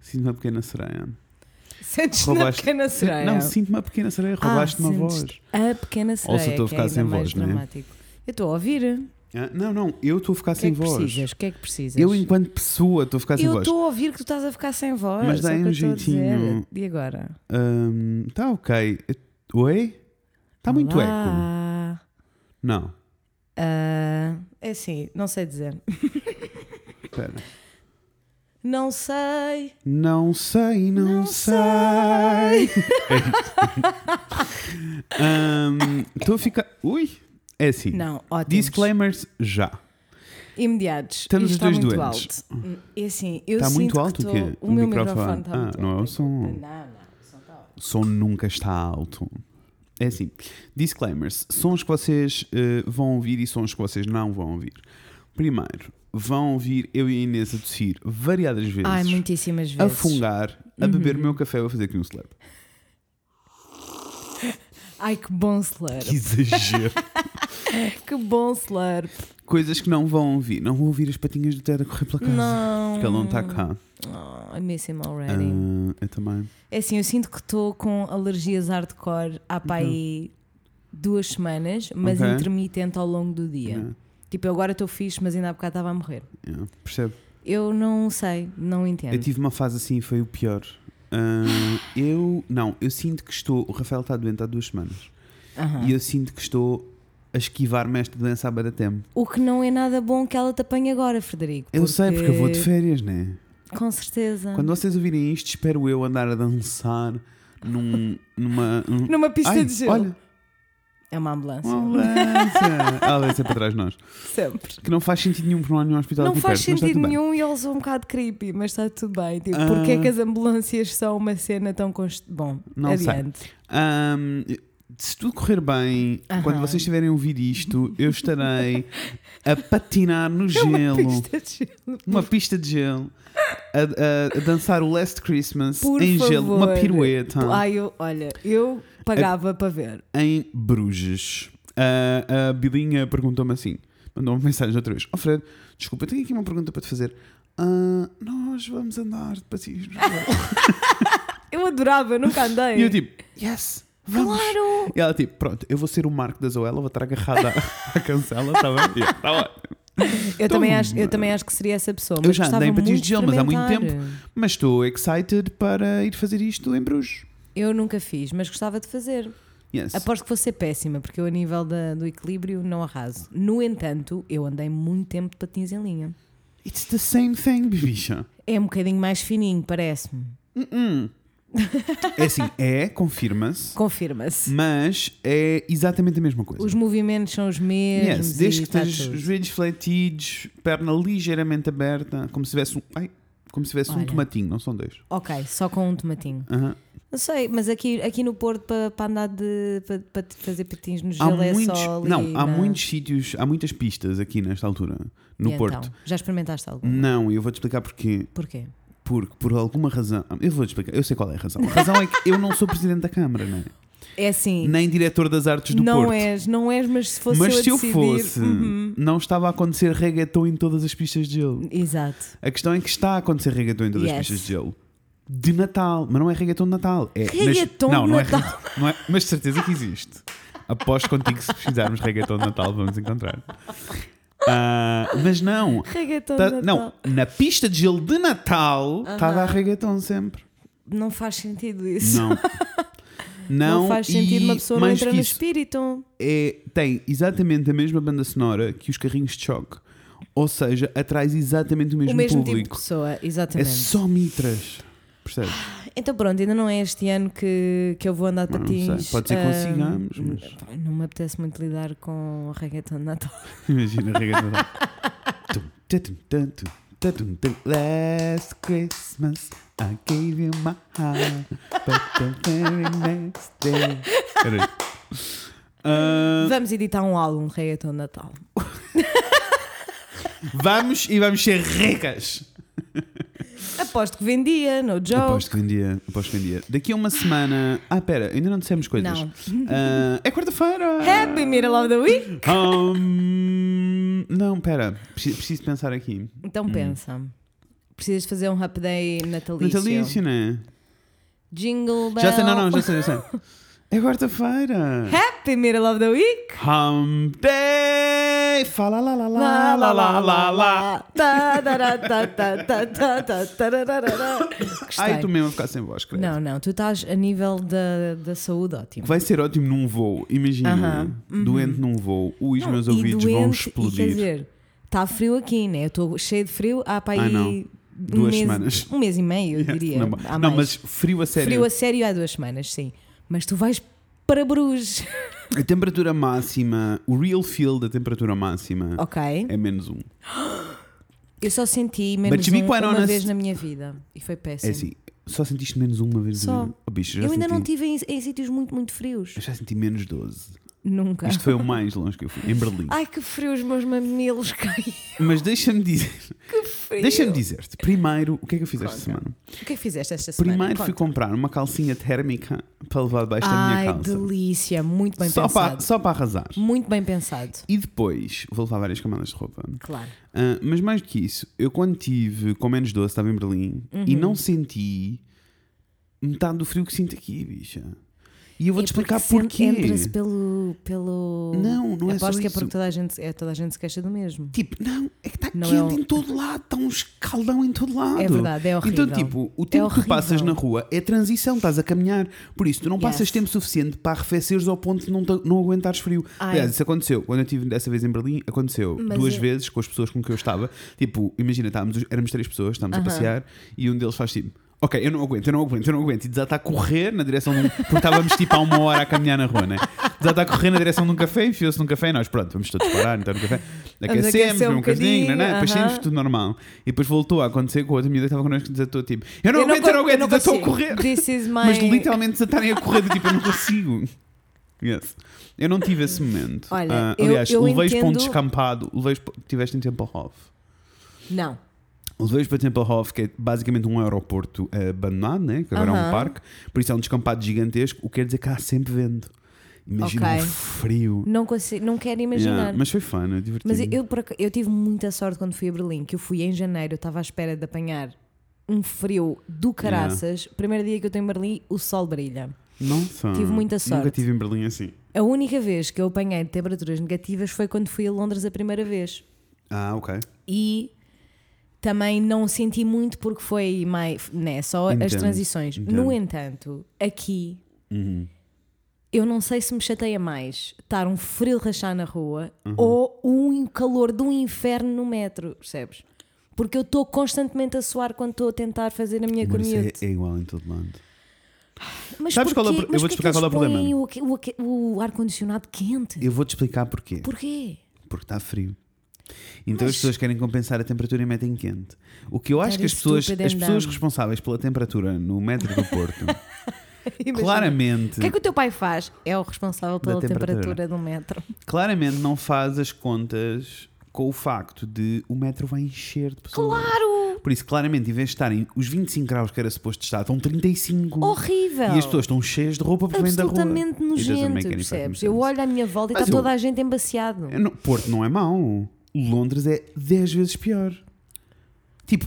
Sinto-me uma pequena sereia. Sentes na Roubaste- pequena sereia. Não, sinto-me uma pequena sereia, Ah, roubaste-me uma voz. sentes-te A pequena sereia. Ou se eu estou a que ficar é sem ainda mais voz, não é? dramático. Eu estou a ouvir. Ah, não, não, eu estou a ficar O que é sem que voz. precisas? O que é que precisas? Eu, enquanto pessoa, estou a ficar sem Eu voz. estou a ouvir que tu estás a ficar sem voz. Mas dá é aí o que um eu estou a dizer. jeitinho. E agora? Ahm, tá ok. Oi? Está Tá muito eco. Olá. Não, Ah, é assim, não sei dizer. espera. Não sei. Não sei, não, sei. Ahm, Estou a ficar. Ui! É assim. Não, ótimo. Disclaimers já. Imediatos. Estamos Isto os dois está muito doentes. alto. É assim, eu Está sinto muito que alto o estou- quê? O O meu microfone? microfone está Ah, muito não é o alto. som. Não, não. o som está alto. O som nunca está alto. É assim. Disclaimers. Sons que vocês eh, vão ouvir e sons que vocês não vão ouvir. Primeiro, vão ouvir eu e a Inês a tossir variadas vezes, Ai, muitíssimas a vezes. Uhum. fungar, a beber o meu café ou a fazer aqui um slurp. Ai, que bom slurp. Que exagero. Que bom slurp. Coisas que não vão ouvir. Não vão ouvir as patinhas do Ted a correr pela casa. Não. Porque ele não está cá. Oh, I miss him Ah, already. eu também. É assim, eu sinto que estou com alergias hardcore há pá aí duas semanas, mas Ok. intermitente ao longo do dia. Yeah, Tipo, eu agora estou fixe, mas ainda há bocado estava a morrer. né? yeah. Percebe? Eu não sei, não entendo. Eu tive uma fase assim e foi o pior. Ah, eu. Não, eu sinto que estou. O Rafael está doente há duas semanas. Aham. E eu sinto que estou a esquivar-me esta doença há bastante tempo. O que não é nada bom que ela te apanhe agora, Frederico. Eu sei, porque eu vou de férias, né? Com certeza. Quando vocês ouvirem isto, espero eu andar a dançar num, numa. num- Numa pista Ai, de gelo. Olha, É uma ambulância. uma ambulância. A ambulância para trás de nós. Sempre. Que não faz sentido nenhum, porque não há nenhum hospital Não aqui faz perto, Tá tipo, mas está sentido tudo bem. nenhum e eles são um bocado creepy, mas está tudo bem. Tipo, Ah. porque é que as ambulâncias são uma cena tão constante? Bom, Não sei. adiante. Ahm, se tudo correr bem, Aham. quando vocês tiverem a ouvir isto, eu estarei a patinar no É Uma gelo, pista de gelo. uma pista de gelo, a, a- a dançar o Last Christmas Por em gelo, uma favor. pirueta Ai, eu, olha, eu É- pagava para ver. em Bruges. A, a Bilinha perguntou-me assim: mandou uma mensagem outra vez: Oh Fred, desculpa, eu tenho aqui uma pergunta para te fazer. Ah, nós vamos andar de passeios. Eu adorava, eu nunca e andei. eu tipo: Yes, vamos. claro! E ela tipo, pronto, eu vou ser o Marco da Zoela, vou estar agarrada à- à cancela, está bem? E eu, "Tá bem." Eu também, Então, acho, eu também acho que seria essa pessoa. Eu mas já gostava andei em patins muito de gelo, mas há muito experimentar. Mas estou excited para ir fazer isto em Bruges. Eu nunca fiz, mas gostava de fazer. Yes. Aposto que vou ser péssima, porque eu, a nível da- do equilíbrio, não arraso. No entanto, eu andei muito tempo de patins em linha. It's the same thing, bicha. É um bocadinho mais fininho, parece-me. É assim, é, confirma-se, Confirma-se. mas é exatamente a mesma coisa. Os movimentos são os mesmos. yes, e desde que está tens tudo. os joelhos fletidos, perna ligeiramente aberta, como se tivesse um. Ai, como se tivesse um Olha. tomatinho, não são dois. Ok, só com um tomatinho. Aham. Não sei, mas aqui, aqui no Porto, para andar de. para fazer patins no Há gelo é muitos, só. ali não, há na- muitos sítios, há muitas pistas aqui nesta altura, no E então? Porto. já experimentaste algo? Não, eu vou-te explicar porquê. Porquê? Porque, por alguma razão. Eu vou te explicar, eu sei qual é a razão. A razão é que eu não sou presidente da Câmara, não é? É assim. nem diretor das artes do não Porto. és, não és, mas se fosse Mas eu a se eu decidir, fosse, uhum. não estava a acontecer reggaeton em todas as pistas de gelo. Exato. A questão é que está a acontecer reggaeton em todas Yes. as pistas de gelo. De Natal, mas não é reggaeton de Natal. É, Reggaeton nas... não, de não Natal. É reggaeton, não é, mas de certeza que existe. Aposto contigo que se precisarmos reggaeton de Natal vamos encontrar. Ah, mas não. Reggaeton Tá- de não, Natal. na pista de gelo de Natal está a dar reggaeton sempre. Não faz sentido isso. Não. Não, Não faz e sentido uma pessoa não mais entra que no isso, espírito. é- tem exatamente a mesma banda sonora que os carrinhos de choque. Ou seja, atrai exatamente o mesmo, o mesmo tipo de público. pessoa, é exatamente. só mitras. Percebes? Então pronto, ainda não é este ano que, que eu vou andar de Não sei, patins. pode ser que ah, consigamos, mas- pá, Não me apetece muito lidar com o reggaeton de Natal. Imagina a regra de Natal. Tum, tatum, tanto, tatum, tum. Last Christmas I gave you my heart, but the very next day. Era isso. Ah, Vamos editar um álbum de reggaeton de Natal. vamos e vamos ser ricas. Aposto que vendia, no joke. Aposto que vendia, aposto que vendia. Daqui a uma semana. Ah, pera, ainda não dissemos coisas. Não. Ah, é quarta-feira! Happy Middle of the Week! Hum, não, pera, preciso, preciso pensar aqui. Então pensa. Precisas fazer um up day natalício. Natalício, né? Jingle bell. Já sei, não, não, já sei, já sei. É quarta-feira. Happy Middle of the Week! Hump Day! Fala lá lá lá lá lá lá lá. Tá, tá, tá, tá, tá, tá, tá, tá, tá, tá, tá, tá. Ai, Gostei. tu mesmo a ficar sem voz, credo. Não, não, tu estás a nível da, da saúde ótimo. Vai ser ótimo num voo, imagina. Doente num voo, os Uhum. Não, meus e ouvidos vão doente, E quer explodir. dizer, está frio aqui, né? Eu estou cheio de frio há para Ai, aí Ah, não. Duas semanas. mês, um mês e meio, eu diria. não, há não, mais. mas frio a sério. Frio a sério há duas semanas, sim. Mas tu vais para Bruges. A temperatura máxima, o real feel da temperatura máxima ok. é menos um. Eu só senti menos to be um, quite uma honest- vez na minha vida. E foi péssimo. É assim, só sentiste menos uma vez. Só. Oh, bicho, já eu ainda senti, não estive em, em sítios muito, muito frios. Eu já senti menos 12. Nunca. Isto foi o mais longe que eu fui, em Berlim. Ai, que frio os meus mamilos caem. Mas deixa-me dizer, Que frio. deixa-me dizer-te, primeiro, o que é que eu fiz esta semana? O que é que fizeste esta semana? Primeiro fui Conta. comprar uma calcinha térmica para levar debaixo da é minha Ai, calça. delícia. Muito bem Só pensado. para, só para arrasar. Muito bem pensado. E depois, vou levar várias camadas de roupa. Claro. Ah, mas mais do que isso, eu quando estive com menos 12, estava em Berlim e Uhum. não senti metade do frio que sinto aqui, bicha. E eu vou-te É porque explicar sempre porquê. Entra-se pelo, pelo. Não, não é Aposto só que é isso. porque toda a, gente, é, toda a gente se queixa do mesmo. Tipo, não, é que está Não quente é o- em todo lado, está um escaldão em todo lado. É verdade, é horrível. Então, tipo, o É tempo que horrível. tu passas na rua é transição, estás a caminhar. Por isso, tu não passas Yes. tempo suficiente para arrefeceres ao ponto de não, te- não aguentares frio. Ai. Aliás, isso aconteceu. Quando eu estive dessa vez em Berlim, aconteceu Mas é- duas eu- vezes com as pessoas com que eu estava. Tipo, imagina, estávamos, éramos três pessoas, estávamos a passear e um deles faz tipo. Ok, eu não aguento, eu não aguento, eu não aguento. E desata a correr na direção de um. Porque estávamos tipo há uma hora a caminhar na rua, né? Desata a correr na direção de um café, enfiou-se num café e nós, pronto, vamos todos parar, então no café. Aquecemos, aquecer um, um um bocadinho, bocadinho, né? depois aham. saímos tudo normal. E depois voltou a acontecer com a outra miúda que estava connosco que desatou tipo: Eu não aguento, eu não con- aguento, desatou a consigo. correr. This is my... Mas literalmente desatarem a correr, do tipo, eu não consigo. Yes. Eu não tive esse momento. Olha, Ah, eu- aliás, eu levei-os para um entendo- descampado, levei-os para- tiveste em Tempelhof. Não. Levei-os para Tempelhof, que é basicamente um aeroporto eh, abandonado, né? que agora é Aham. um parque, por isso é um descampado gigantesco, o que quer dizer que há sempre vento. Imagina Ok. o frio. Não consigo, não quero imaginar. Yeah, mas foi né? fun, eu diverti. Mas eu, eu por aca- eu tive muita sorte quando fui a Berlim, que eu fui em janeiro, eu estava à espera de apanhar um frio do caraças. Primeiro dia que eu estou em Berlim, o sol brilha. Nossa, tive muita Nunca sorte. estive em Berlim assim. A única vez que eu apanhei temperaturas negativas foi quando fui a Londres a primeira vez. Ah, ok. E também não senti muito porque foi mais, né, só as Entendo, transições. entendo. Uhum. No entanto, aqui eu não sei se me chateia mais estar um frio de rachar na rua Uhum. ou um calor de um inferno no metro, percebes? Porque eu estou constantemente a suar quando estou a tentar fazer a minha Amor, isso commute. é, é igual em todo lado. Mas Sabes qual é o porquê- pro- eu mas vou-te porquê explicar qual é o que eles problema. põem O, aque- o aque- o ar-condicionado quente. Eu vou-te explicar porquê. Porquê? Porque está frio. Então as pessoas querem compensar a temperatura e metem quente. O que eu acho That que as is pessoas, stupid as and pessoas dumb. responsáveis pela temperatura no metro do Porto, Imagina. claramente, O que é que o teu pai faz? É o responsável pela temperatura. temperatura do metro. claramente não faz as contas com o facto de o metro vai encher de pessoas. Claro! Por isso, claramente, em vez de estarem os 25 graus que era suposto estar, estão 35. Horrível! E as pessoas estão cheias de roupa porque vêm da rua. Então, é Absolutamente It doesn't nojento, make any fucking percebes? sense. Eu olho à minha volta e Mas está eu- toda a gente embaciado. Eu não- Porto não é mau. Londres é 10 vezes pior. Tipo,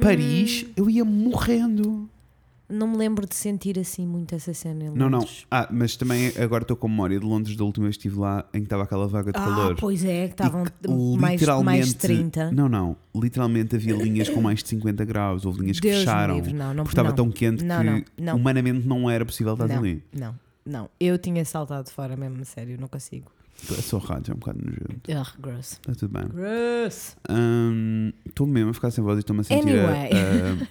Paris, Hum. eu ia morrendo. Não me lembro de sentir assim muito essa cena em Londres. Não, não. Ah, mas também agora estou com memória de Londres da última vez que estive lá em que estava aquela vaga de Ah, calor. pois é, que E estavam que mais, mais literalmente- 30. Não, não. Literalmente havia linhas com mais de 50 graus. Houve linhas que Deus me fecharam. livre, não, não- porque estava não. tão quente Não, que não, não. humanamente não era possível estar não, ali. não, não. Eu tinha saltado fora mesmo, sério, não consigo. É só rádio, é um bocado nojento. Ugh, gross. Está tudo bem. Gross! Hum, Estou mesmo a ficar sem voz e estou-me a sentir a- Anyway.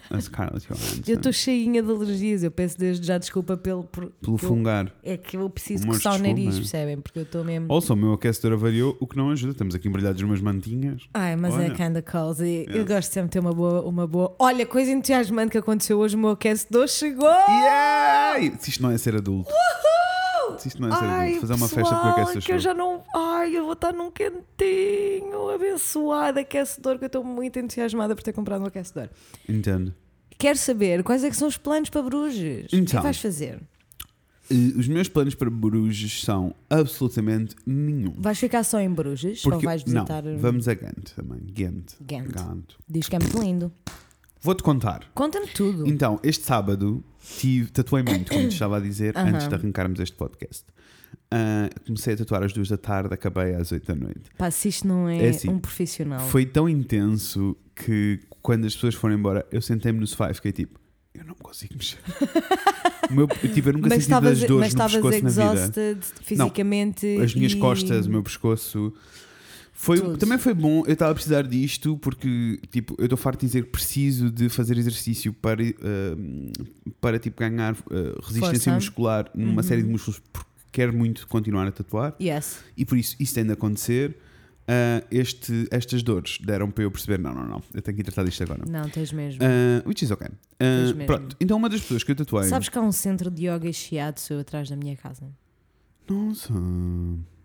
a, a Scarlett Johansson. Eu estou cheinha de alergias, eu peço desde já desculpa pelo. por- Pelo eu- fungar. É que eu preciso Mas coçar o desculpa. é? nariz, percebem? Porque eu estou mesmo. Ouça, o meu aquecedor avariou, o que não ajuda. Estamos aqui embrulhados umas mantinhas. Ai, mas é Olha. kinda cozy. Eu gosto sempre de ter uma boa, uma boa. Olha, coisa entusiasmante que aconteceu hoje, o meu aquecedor chegou! Yeah! Se isto não é ser adulto. Se isto não é ser adulto, fazer uma festa pessoal, porque aquece que eu já não. Ai, eu vou estar num cantinho abençoado aquecedor, que eu estou muito entusiasmada por ter comprado um aquecedor. Entendo. Quero saber quais é que são os planos para Bruges? O que é Então. que vais fazer? Eh, os meus planos para Bruges são absolutamente nenhum. Vais ficar só em Bruges ou vais visitar? não, vamos a Gant também. Ghent. Ghent. Gant. Diz que é muito lindo. Vou-te contar. Conta-me tudo. Então, este sábado tive, tatuei muito, como te estava a dizer, Aham. antes de arrancarmos este podcast. Ah, comecei a tatuar às duas da tarde, acabei às oito da noite. Pá, se isto não é, É assim, um profissional. Foi tão intenso que quando as pessoas foram embora, eu sentei-me no sofá e fiquei tipo, eu não me consigo mexer. O meu- eu, tipo, eu nunca mas senti das estavas, dores mas no estavas pescoço na vida. exhausted fisicamente. as minhas e- costas, o meu pescoço. Foi, Tudo. também foi bom, eu estava a precisar disto porque tipo, eu estou farto de dizer que preciso de fazer exercício para, eh, para tipo, ganhar eh, resistência Força. Uhum. muscular numa série de músculos porque quero muito continuar a tatuar Yes. e por isso isso tem de acontecer. Ah, este, estas dores deram para eu perceber: não, não, não, eu tenho que tratar disto agora. Não, tens mesmo. Ah, which is okay. Ah, Pois mesmo. pronto, então uma das pessoas que eu tatuei. Sabes que há um centro de yoga e shiatsu atrás da minha casa? Nossa,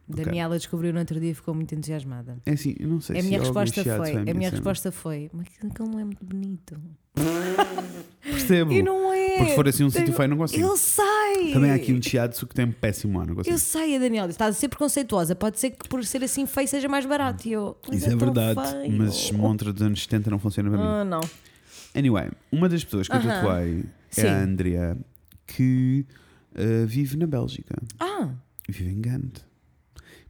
Ok. Daniela descobriu no outro dia e ficou muito entusiasmada. é assim, eu não sei A se minha algo resposta chiado assim. foi, sem a minha mim, sabe? resposta foi, mas aquilo não é muito bonito. Percebo. E não é. Porque se for assim um Tem- sítio feio, não consigo. Eu sei. Também há aqui um chiado que tem um péssimo ano. Eu sei, a Daniela disse, estás a ser preconceituosa, pode ser que por ser assim feio seja mais barato. E eu, mas Isso é tão verdade, feio. mas montra dos anos 70 não funciona para mim. Ah, não. Anyway, uma das pessoas que eu Aham. tatuei Sim. é a Andrea, que ah, vive na Bélgica. Ah, Vive em Gand.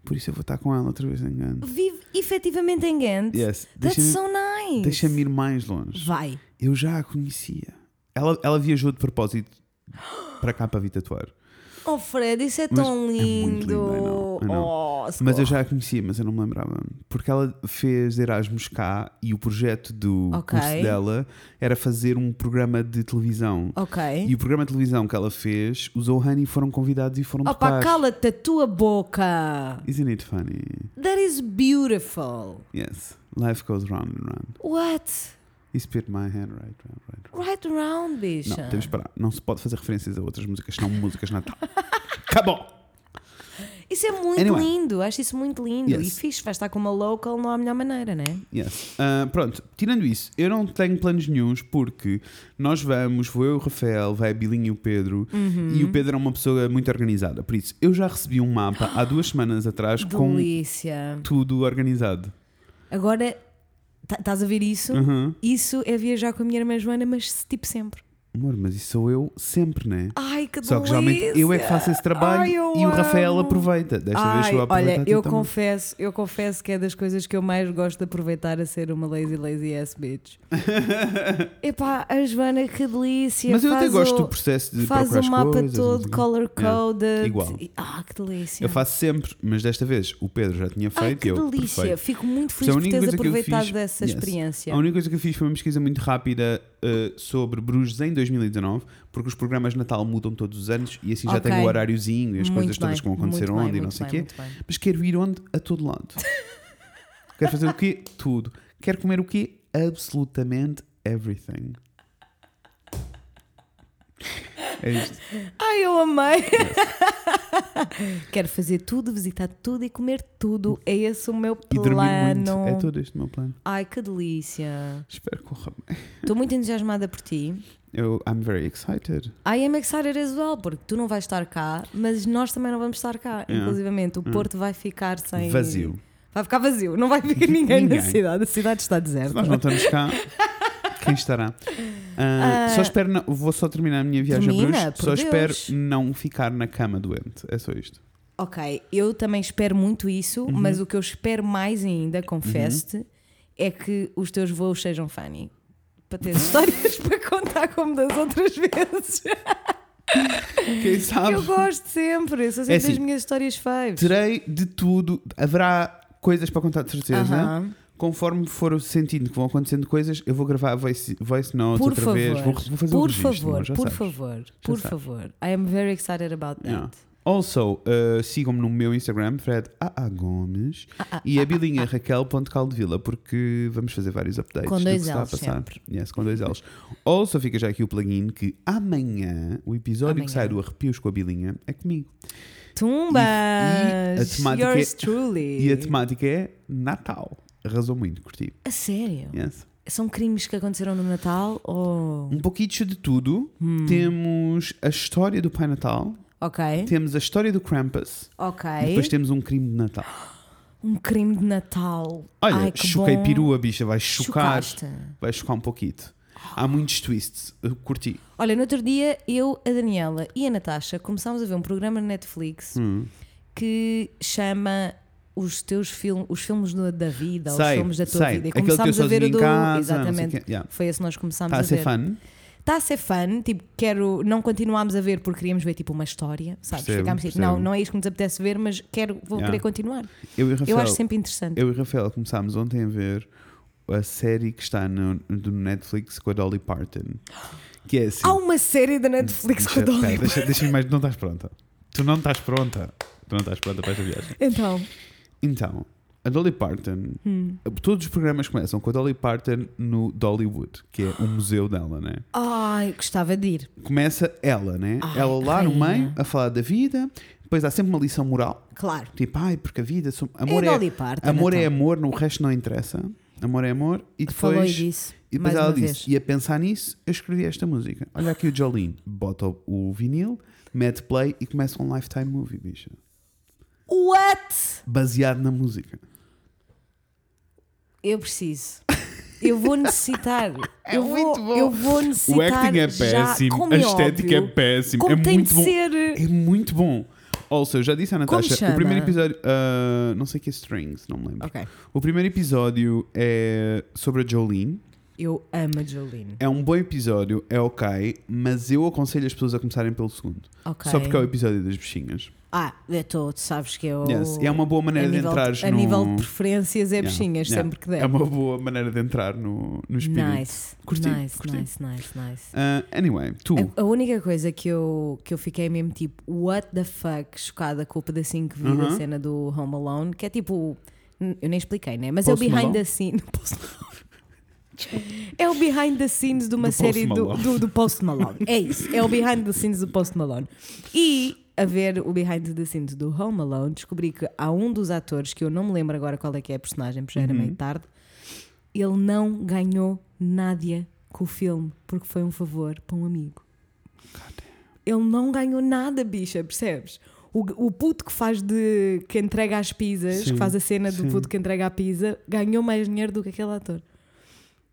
Por isso eu vou estar com ela outra vez em Gand. vive efetivamente em Ghent. Yes. That's Deixa-me so nice. deixa-me ir mais longe. Vai. Eu já a conhecia. Ela, ela viajou de propósito para cá para vir tatuar. Oh, Fred, isso é Mas tão é muito lindo, I lindo. know, I know. Oh, Mas eu socorro. já a conhecia, mas eu não me lembrava. Porque ela fez Erasmus cá e o projeto do Ok. curso dela era fazer um programa de televisão. Ok. E o programa de televisão que ela fez, os Ohani foram convidados e foram Opa, tocar. cala-te a tua boca. Isn't it funny? That is beautiful. Yes. Life goes round and round. What? E spit my hand right, right, right. right. Right round, bicha. Não, temos de parar. Não se pode fazer referências a outras músicas, não músicas de Natal. Acabou! Isso é muito Anyway. lindo, acho isso muito lindo. Yes. E fixe, vais estar com uma local, não há melhor maneira, né? Yes. Ah, pronto, tirando isso, eu não tenho planos nenhuns porque nós vamos, vou eu, o Rafael, vai a Bilinha e o Pedro, Uhum. e o Pedro é uma pessoa muito organizada. Por isso, eu já recebi um mapa há duas semanas atrás com Delícia. tudo organizado. Agora, tá- estás a ver isso? Uhum. Isso é viajar com a minha irmã Joana, mas tipo sempre. Amor, mas isso sou eu sempre, né? Ai, que Só que geralmente delícia. eu é que faço esse trabalho Ai, eu e o Rafael amo. aproveita. Desta vez Ai, eu aproveito. olha, eu confesso, eu confesso que é das coisas que eu mais gosto de aproveitar a ser uma lazy lazy ass bitch. Epá, a Joana, que delícia. Mas eu até faz gosto o- do processo de Faz procurar o as mapa coisas, não sei todo o quê. color Yeah. coded. Igual. E- Ah, que delícia. Eu faço sempre, mas desta vez o Pedro já tinha Ai, feito e que eu. delícia. perfeito. Fico muito Isso é a feliz por única teres coisa que eu aproveitado fiz. dessa Yes. experiência. A única coisa que eu fiz foi uma pesquisa muito rápida uh, sobre Bruges em 2019, porque os programas de Natal mudam todos os anos e assim já Ok. tenho o horáriozinho e as Muito coisas todas bem, que vão acontecer muito bem, onde e não muito sei o bem, quê. muito bem. Mas quero ir onde? A todo lado. quero fazer o quê? Tudo. Quero comer o quê? Absolutamente everything. É isto. Ai, eu amei. Quero fazer tudo, visitar tudo e comer tudo. É esse o meu E dormir plano. muito. É todo este o meu plano. Ai, que delícia. Espero que corra bem. Estou muito entusiasmada por ti. é Eu, I'm very excited. I am excited as well, porque tu não vais estar cá, mas nós também não vamos estar cá. Yeah. Inclusivamente, o Porto vai ficar sem. É. Hum. Vazio. Vai ficar vazio, não vai vir ninguém, Ninguém. na cidade. A cidade está deserta. Nós não estamos cá. Quem estará? Ah, Ah, só espero. não- vou só terminar a minha viagem termina, a Bruges. por Só Deus. espero não ficar na cama doente. É só isto. Ok, eu também espero muito Uhum. isso, mas o que eu espero mais ainda, confesso-te, é que os teus voos sejam funny. Para ter histórias para contar como das outras vezes. Quem sabe? Eu gosto sempre, são sempre Ah, É assim, as minhas histórias feias. Terei de tudo. Haverá coisas para contar de certeza. Aham. Conforme for sentindo que vão acontecendo coisas, eu vou gravar voice, voice notes Por outra favor, vez. Vou, vou fazer um por registro, favor, amor, já por sabes. favor, por sabes. favor. I am very excited about that. Yeah. Also, uh, sigam-me no meu Instagram, Fred AA Gomes, e a bilinha Raquel.caldevila, porque vamos fazer vários updates. Com do dois que está a Ls passar. sempre. Yes, com dois L's. Also, fica já aqui o plugin que amanhã, o episódio Amanhã. que sai do Arrepios com a bilinha é comigo. Tumbas! E- e a temática é- Yours truly. E a temática é Natal. Arrasou muito, curti. A sério? Yes. São crimes que aconteceram no Natal ou. Um pouquinho de tudo. Hum. Temos a história do Pai Natal, Ok. temos a história do Krampus, Ok. e depois temos um crime de Natal. Um creme de Natal. Olha, Ai, que choquei bom. perua, bicha, vai chocar. Chocaste. Vai chocar um pouquinho. Há muitos twists. Eu curti. Olha, no outro dia, eu, a Daniela e a Natasha começámos a ver um programa na Netflix Hum. que chama os teus filmes, os filmes do- da vida, ou os Sei, filmes da tua sei. vida. E Aquele teu começámos a ver sozinho o em do. casa, não sei Exatamente. o quê. Yeah. Foi esse que nós começámos Está Tá a ser ver. fun. Está a ser fun, tipo, quero. Não continuámos a ver porque queríamos ver tipo uma história, sabes? Percebo, Ficámos tipo, percebo. não, não é isto que nos apetece ver, mas quero, vou Yeah. querer continuar. Eu e o Eu Rafael, acho sempre interessante. eu e o Rafael começámos ontem a ver a série que está no, no Netflix com a Dolly Parton. Que é assim. Há uma série da Netflix deixa, com Ah, o Dolly. pera, deixa, deixa-me mais. Não estás pronta. Tu não estás pronta. Tu não estás pronta para esta viagem. Então, Então, a Dolly Parton. Hum. Todos os programas começam com a Dolly Parton no Dollywood, que é o museu dela, né? ai, gostava de ir, Começa ela, né? Ai, ela lá no rainha. meio a falar da vida. Depois há sempre uma lição moral. claro. Tipo, ai, porque a vida. som- Amor é é, Dolly Parton. amor é então. amor, no resto não interessa. Amor é amor. E Falou depois, e disso. depois mais ela uma disse: vez. e a pensar nisso, eu escrevi esta música. Olha aqui o Jolene. Bota o, o vinil, mete play e começa um lifetime movie, bicha. What? Baseado na música. Eu preciso. Eu vou necessitar. É eu vou, muito bom. Eu vou necessitar. é já, como é óbvio, péssima. Como tem de ser. É muito bom. Also, eu já disse à Natasha, chama? o primeiro episódio. ah, não sei que é Strings, não me lembro. Ok. O primeiro episódio é sobre a Jolene. Eu amo a Jolene. É um bom episódio, é ok, mas eu aconselho as pessoas a começarem pelo segundo. Ok. Só porque é o episódio das bichinhas. Ah, eu tô, tu sabes que eu. Yes. E é uma boa Oh. a maneira de nível, entrar no. a nível de preferências é Yeah, bichinhas, yeah. sempre que der. É uma boa maneira de entrar no, no espírito. nice. Curti, nice, curti. nice, nice, nice. Ah, anyway, tu. A, a única coisa que eu, que eu fiquei mesmo tipo, what the fuck, chocada com o pedacinho que vi da Uhum. cena do Home Alone, que é tipo. n- Eu nem expliquei, né? Mas é o Post behind Malone? the scenes. É o behind the scenes de uma Do Post série do, Malone. do, do Post Malone. É isso. É o behind the scenes do Post Malone. E a ver o behind the scenes do Home Alone, descobri que há um dos atores, que eu não me lembro agora qual é que é a personagem, porque já era Uhum. meio tarde, ele não ganhou nada com o filme, porque foi um favor para um amigo. Ele não ganhou nada, bicha, percebes? O, o puto que faz de. que entrega as pizzas, Sim, que faz a cena do sim. puto que entrega a pizza, ganhou mais dinheiro do que aquele ator.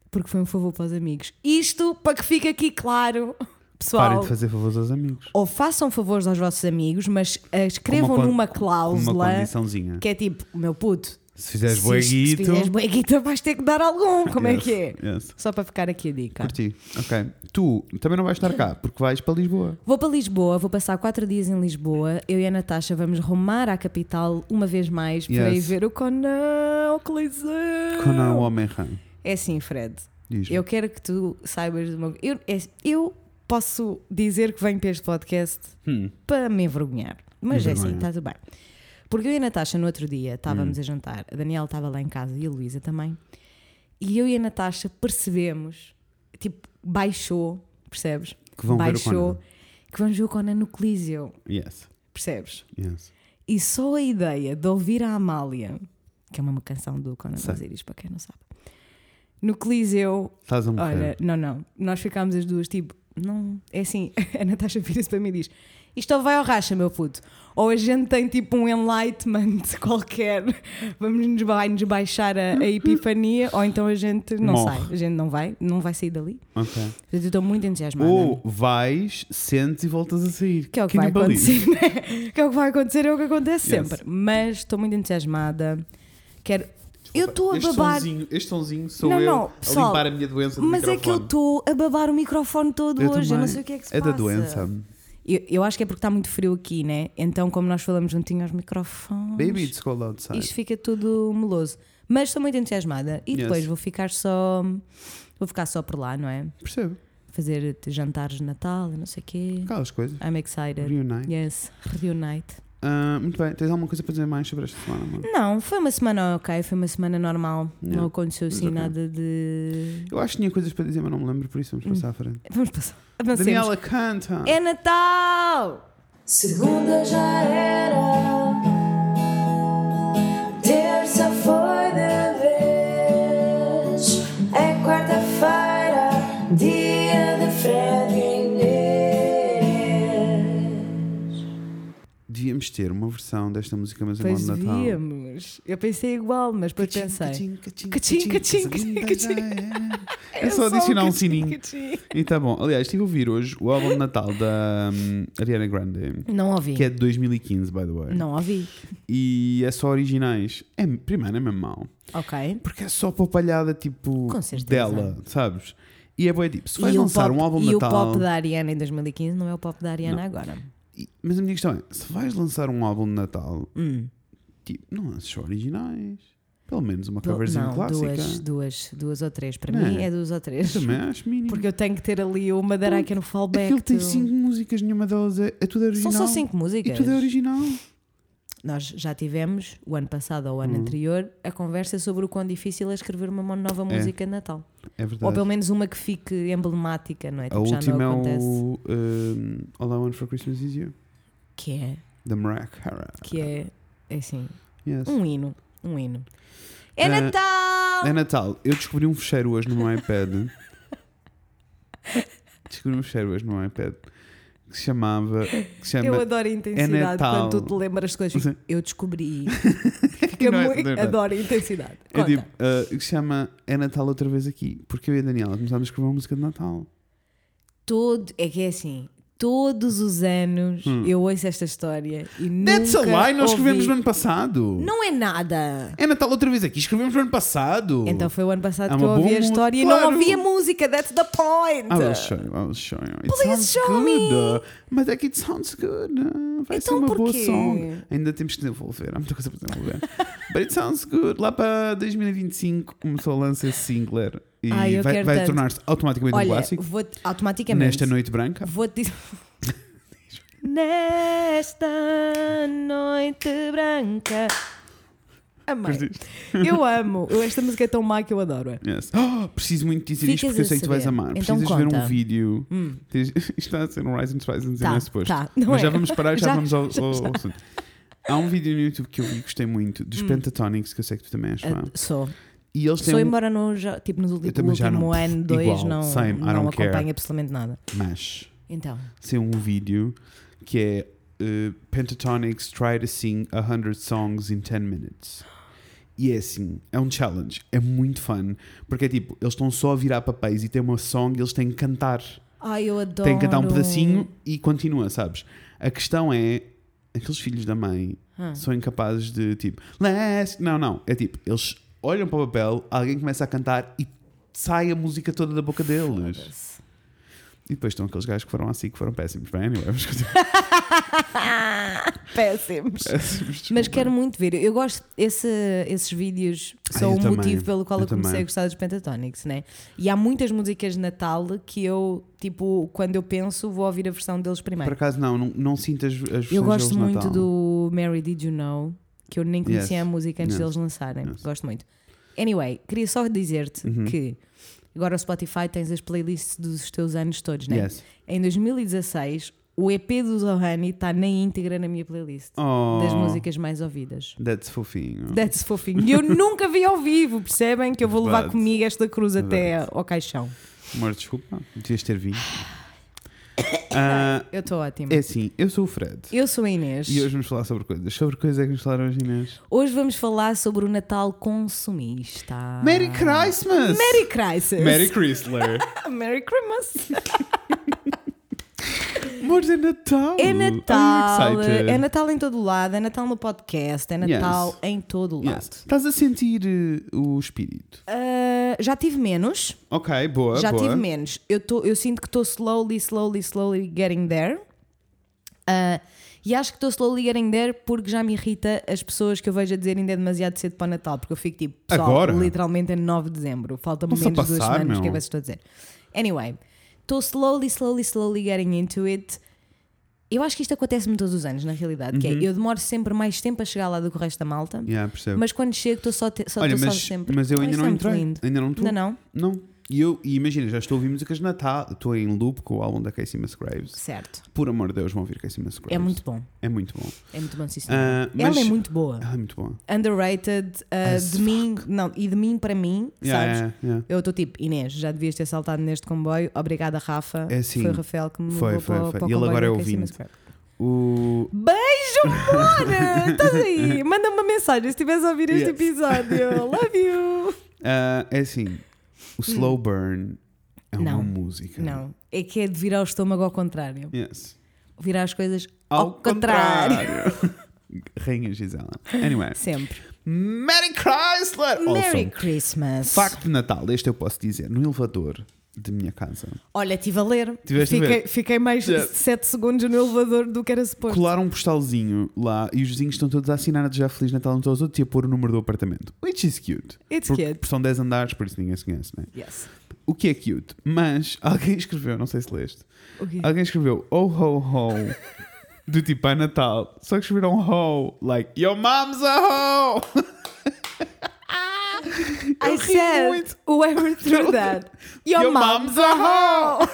Porque foi um favor para os amigos. Isto para que fique aqui claro, Parem pessoal. de fazer favores aos amigos. Ou façam favores aos vossos amigos, mas eh, escrevam con- numa Uma cláusula condiçãozinha. que é tipo: meu puto, Se fizeres se, isto- se boeguito. fizeres boa guita, vais ter que dar algum. Como é que é? Yes. Só para ficar aqui a dica. Curti. Ok. Tu também não vais estar cá, porque vais para Lisboa. Vou para Lisboa, vou passar quatro dias em Lisboa. Eu e a Natasha vamos rumar à capital uma vez mais para Yes. ir ver o Conan, o Coliseu. Conan o Homem-Rã. É assim, Fred. Diz. Ah. Eu quero que tu saibas de uma eu, é- eu posso dizer que venho para este podcast Hum. para me envergonhar. Mas é assim, Envergonha. Hum. está tudo bem. Porque eu e a Natasha no outro dia estávamos a jantar, a Daniela estava lá em casa e a Luísa também. E eu e a Natasha percebemos, tipo, baixou, percebes? Que vão ver o baixou Conan. que vamos ver o Conan no Coliseu, Yes. percebes? Yes. E só a ideia de ouvir a Amália, que é uma canção do Conan Sei. Osiris, para quem não sabe, no Coliseu Estás a morrer. Olha, não, não. Nós ficámos as duas tipo, não. É assim, a Natasha vira-se para mim e diz: Isto ou vai ao racha, meu puto. Ou a gente tem tipo um enlightenment qualquer, vamos nos, vai nos baixar a, a epifania, ou então a gente não Morre. sai, a gente não vai, não vai sair dali. Ok. Portanto, eu estou muito entusiasmada. Ou vais, sentes e voltas a sair. Que é o que, vai Canibalismo. acontecer, né? Que é o que vai acontecer, é o que acontece Yes. sempre. Mas estou muito entusiasmada. Quero. eu estou a Este babar. sonzinho, este sonzinho sou Não, eu não, a pessoal, limpar a minha doença do Mas é que eu microfone. estou a babar o microfone todo hoje, eu não também. sei o que é que se É passa. da doença. Eu, eu acho que é porque está muito frio aqui, né? Então, como nós falamos juntinho aos microfones, Baby, it's cold outside. isto fica tudo meloso. Mas estou muito entusiasmada e Yes. depois vou ficar só. Vou ficar só por lá, não é? Percebo. Fazer jantares de Natal e não sei o quê. Aquelas coisas. I'm excited. Reunite. Yes, reunite. Ah, muito bem. Tens alguma coisa para dizer mais sobre esta semana, mano? Não, foi uma semana ok, foi uma semana normal. Yeah. Não aconteceu assim ok. nada de. Eu acho que tinha coisas para dizer, mas não me lembro, por Hum. isso vamos passar à frente. Vamos passar. Avancemos. Daniela canta. É Natal! Segunda já era, terça foi de vez, é quarta-feira, dia de Fred e Inês. Devíamos ter uma versão desta música, mas é Pois no Natal. víamos. Pois, eu pensei igual, mas depois pensei. Cachim, cachim, Cachim, cachim, cachim, cachim, cachim, cachim. É só adicionar um sininho. cachim. E tá bom. Aliás, estive a ouvir hoje o álbum de Natal da hum, Ariana Grande, Não ouvi. que é de 2015, by the way. Não ouvi. E é só originais. É, primeiro, é mesmo mau. Ok. Porque é só papalhada, tipo, Com certeza. dela, sabes? E é boa, tipo, se vais o lançar pop- um álbum de e o Natal. pop da Ariana em 2015 não é o pop da Ariana agora. E- Mas a minha questão é: se vais lançar um álbum de Natal, Hum. tipo, não lances só originais. Pelo menos uma Du- coverzinha não, clássica. duas, duas, duas ou três. Para Não mim é? é duas ou Eu três. também acho mínimo. Porque eu tenho que ter ali uma da I Can Fall Back. Aquilo tem to- cinco músicas, nenhuma delas é, é tudo São original. só cinco E músicas. tudo é original. Nós já tivemos, o ano passado ou o Hum. ano anterior, a conversa sobre o quão difícil é escrever uma mo- nova música de Natal. É Ou verdade. pelo menos uma que fique emblemática, não é? a Tipo, já última não é acontece. o um, All I Want for Christmas Is You, Que é, da Mariah Carey. que é, é assim, Yes. um hino. Um hino. É Eh, Natal! É Natal. Eu descobri um fecheiro hoje no meu iPad. descobri um fecheiro hoje no meu iPad que se chamava. Que se Eu chama. adoro a intensidade é Natal. quando tu te lembras de coisas. Sim. Eu descobri. Fica Não é muito- verdade. adoro a intensidade. É Conta. tipo, ah, que se chama É Natal outra vez aqui, porque eu e a Daniela começámos a escrever uma música de Natal. Todo, é que é assim, todos os anos eu ouço esta história e Hum. That's nunca a lie, nós escrevemos ouvi. no ano passado. Não é nada. É Natal outra vez aqui, escrevemos no ano passado. Então foi o ano passado É que eu uma ouvi boa a música, história e claro. Ah, não ouvi a música. That's the point. I will show you, I will show you. It Então, Please sounds show me. good. Mas é que it sounds good. Ah, Vai ser Então uma boa porquê? song. Ainda temos que desenvolver. Há muita coisa para desenvolver. But it sounds good. Lá para 2025 começou a lança esse singler. E Ai, eu vai, quero vai tanto. tornar-se automaticamente um Olha, clássico. vou automaticamente. Nesta noite branca. Vou-te dizer. Nesta noite branca. Amei. Eu amo. Eu- Esta música é tão má que eu adoro. Yes. Oh, preciso muito dizer isto Ficas porque eu a sei que tu vais saber. amar. Então Precisas ver conta. um vídeo. Tens- Isto está a ser um Rise and Spice and Hum, Tá, não é suposto. tá, não Mas é. já vamos parar, já, Já, vamos ao, ao- ao assunto. Há um vídeo no YouTube que eu vi e gostei muito Hum. dos Pentatonics, que eu sei que tu também és fã. Ah, Sou. E eles têm Sou, um- embora no, já, tipo, no último, também já não- ano, dois, igual, não, same, I não don't care. acompanho absolutamente nada. mas Então, tem um vídeo que é eh, Pentatonics try to sing 100 songs in 10 minutes. E é assim, é um challenge, é muito fun, porque é tipo, eles estão só a virar papéis e tem uma song e eles têm que cantar. ai, eu adoro. Tem que cantar um pedacinho e continua, sabes? A questão é, aqueles filhos da mãe Ah. são incapazes de tipo, last. Não, não. É tipo, eles olham para o papel, alguém começa a cantar e sai a música toda da boca deles. E depois estão aqueles gajos que foram assim, que foram péssimos. Bem, anyway, vamos continuar. Péssimos. Péssimos, Mas desculpa. quero muito ver. Eu gosto, esse- esses vídeos Ah, são eu o também. motivo pelo qual eu, Eu comecei também. a gostar dos Pentatonics, né? E há muitas músicas de Natal que eu, tipo, quando eu penso, vou ouvir a versão deles Por primeiro. acaso, não, não, não sinto as, as versões Eu gosto deles de muito Natal. do Mary Did You Know, que eu nem conhecia Yes. a música antes Yes. deles lançarem. Yes. Uhum. Gosto muito. Anyway, queria só dizer-te que agora o Spotify tens as playlists dos teus anos todos, né? Yes. Em 2016, o EP do Zohani está na íntegra na minha playlist Oh, Uhum. das músicas mais ouvidas. That's fofinho. That's fofinho. E eu nunca vi ao vivo, percebem? Que eu vou levar Verdade. comigo esta cruz até Verdade. ao caixão. Amor, desculpa, devias ter vindo. Ah, Eu estou ótima. é assim, eu sou o Fred. Eu sou a Inês. E hoje vamos falar sobre coisas. Sobre coisas é que nos falaram hoje, Inês. Hoje vamos falar sobre o Natal consumista. Merry Christmas! Ah. Merry Crisis. Merry Chrysler! Merry Christmas. Amores, é Natal! É Are you Natal. excited? É Natal em todo lado. É Natal no podcast. É Natal Yes. em todo lado. Yes. Estás a sentir eh, o espírito? Ah, já tive menos. Ok, boa, já boa. tive menos. Eu, tô, eu sinto que estou slowly, slowly, slowly getting there. Ah, e acho que estou slowly getting there porque já me irrita as pessoas que eu vejo a dizer ainda é demasiado cedo para o Natal, porque eu fico tipo, pessoal, Agora? literalmente é 9 de dezembro, falta-me Posso menos de duas passar, semanas, meu? o que é que vocês estão a dizer? Anyway, estou slowly, slowly, slowly getting into it. Eu acho que isto acontece-me todos os anos, na realidade, que é, eu demoro sempre mais tempo a chegar lá do que o resto da malta, Uhum. Yeah, percebo. mas quando chego estou só, te- só, Olha, tô só mas, sempre. mas eu "Ah, ainda isto não é muito entrei. lindo." Ainda não estou. Ainda não? Não. E eu, e imagina, já estou a ouvir músicas de Natal. Estou em loop com o álbum da Casey Musgraves. Certo. Por amor de Deus, vão ouvir Casey Musgraves. É muito bom. É muito bom. É muito bom, sim, senhora. Ah, mas- Ela é muito boa. Ah, é muito bom. Underrated, ah, As de mim, não, e de mim para mim, Yeah, sabes? yeah, yeah. Eu estou tipo, Inês, já devias ter saltado neste comboio. Obrigada, Rafa. É assim. Foi o Rafael que me Foi, levou foi, para, o- foi. para o E ele comboio agora é da Casey ouvinte. Musgraves. O... assim, Beijo, amor! Estás aí? Manda-me uma mensagem se estiveres a ouvir este Yes. episódio. Love you! Ah, é assim, o Slow Burn é uma Hum. Não. música. Não, é que é de virar o estômago ao contrário. Yes. Virar as coisas ao, contrário. contrário. Rainha Gisela. Anyway. Sempre. Merry Chrysler! Merry Awesome. Christmas. Facto de Natal, este eu posso dizer, no elevador de minha casa, Olha, estive a ler. Tiveste a fiquei, ver? fiquei mais Já. 7 segundos no elevador do que era suposto. colaram um postalzinho lá e os vizinhos estão todos a assinar a desejar Feliz Natal uns aos outros e a pôr o número do apartamento. Which is cute. It's porque cute. são 10 andares, por isso ninguém se conhece, não é? Yes. O que é cute? Mas alguém escreveu, não sei se leste, O quê? alguém escreveu oh ho ho do tipo a Natal, só que escreveram ho, like your mom's a ho! I Eu ri said muito. whoever threw that. Your, mom's a hoe.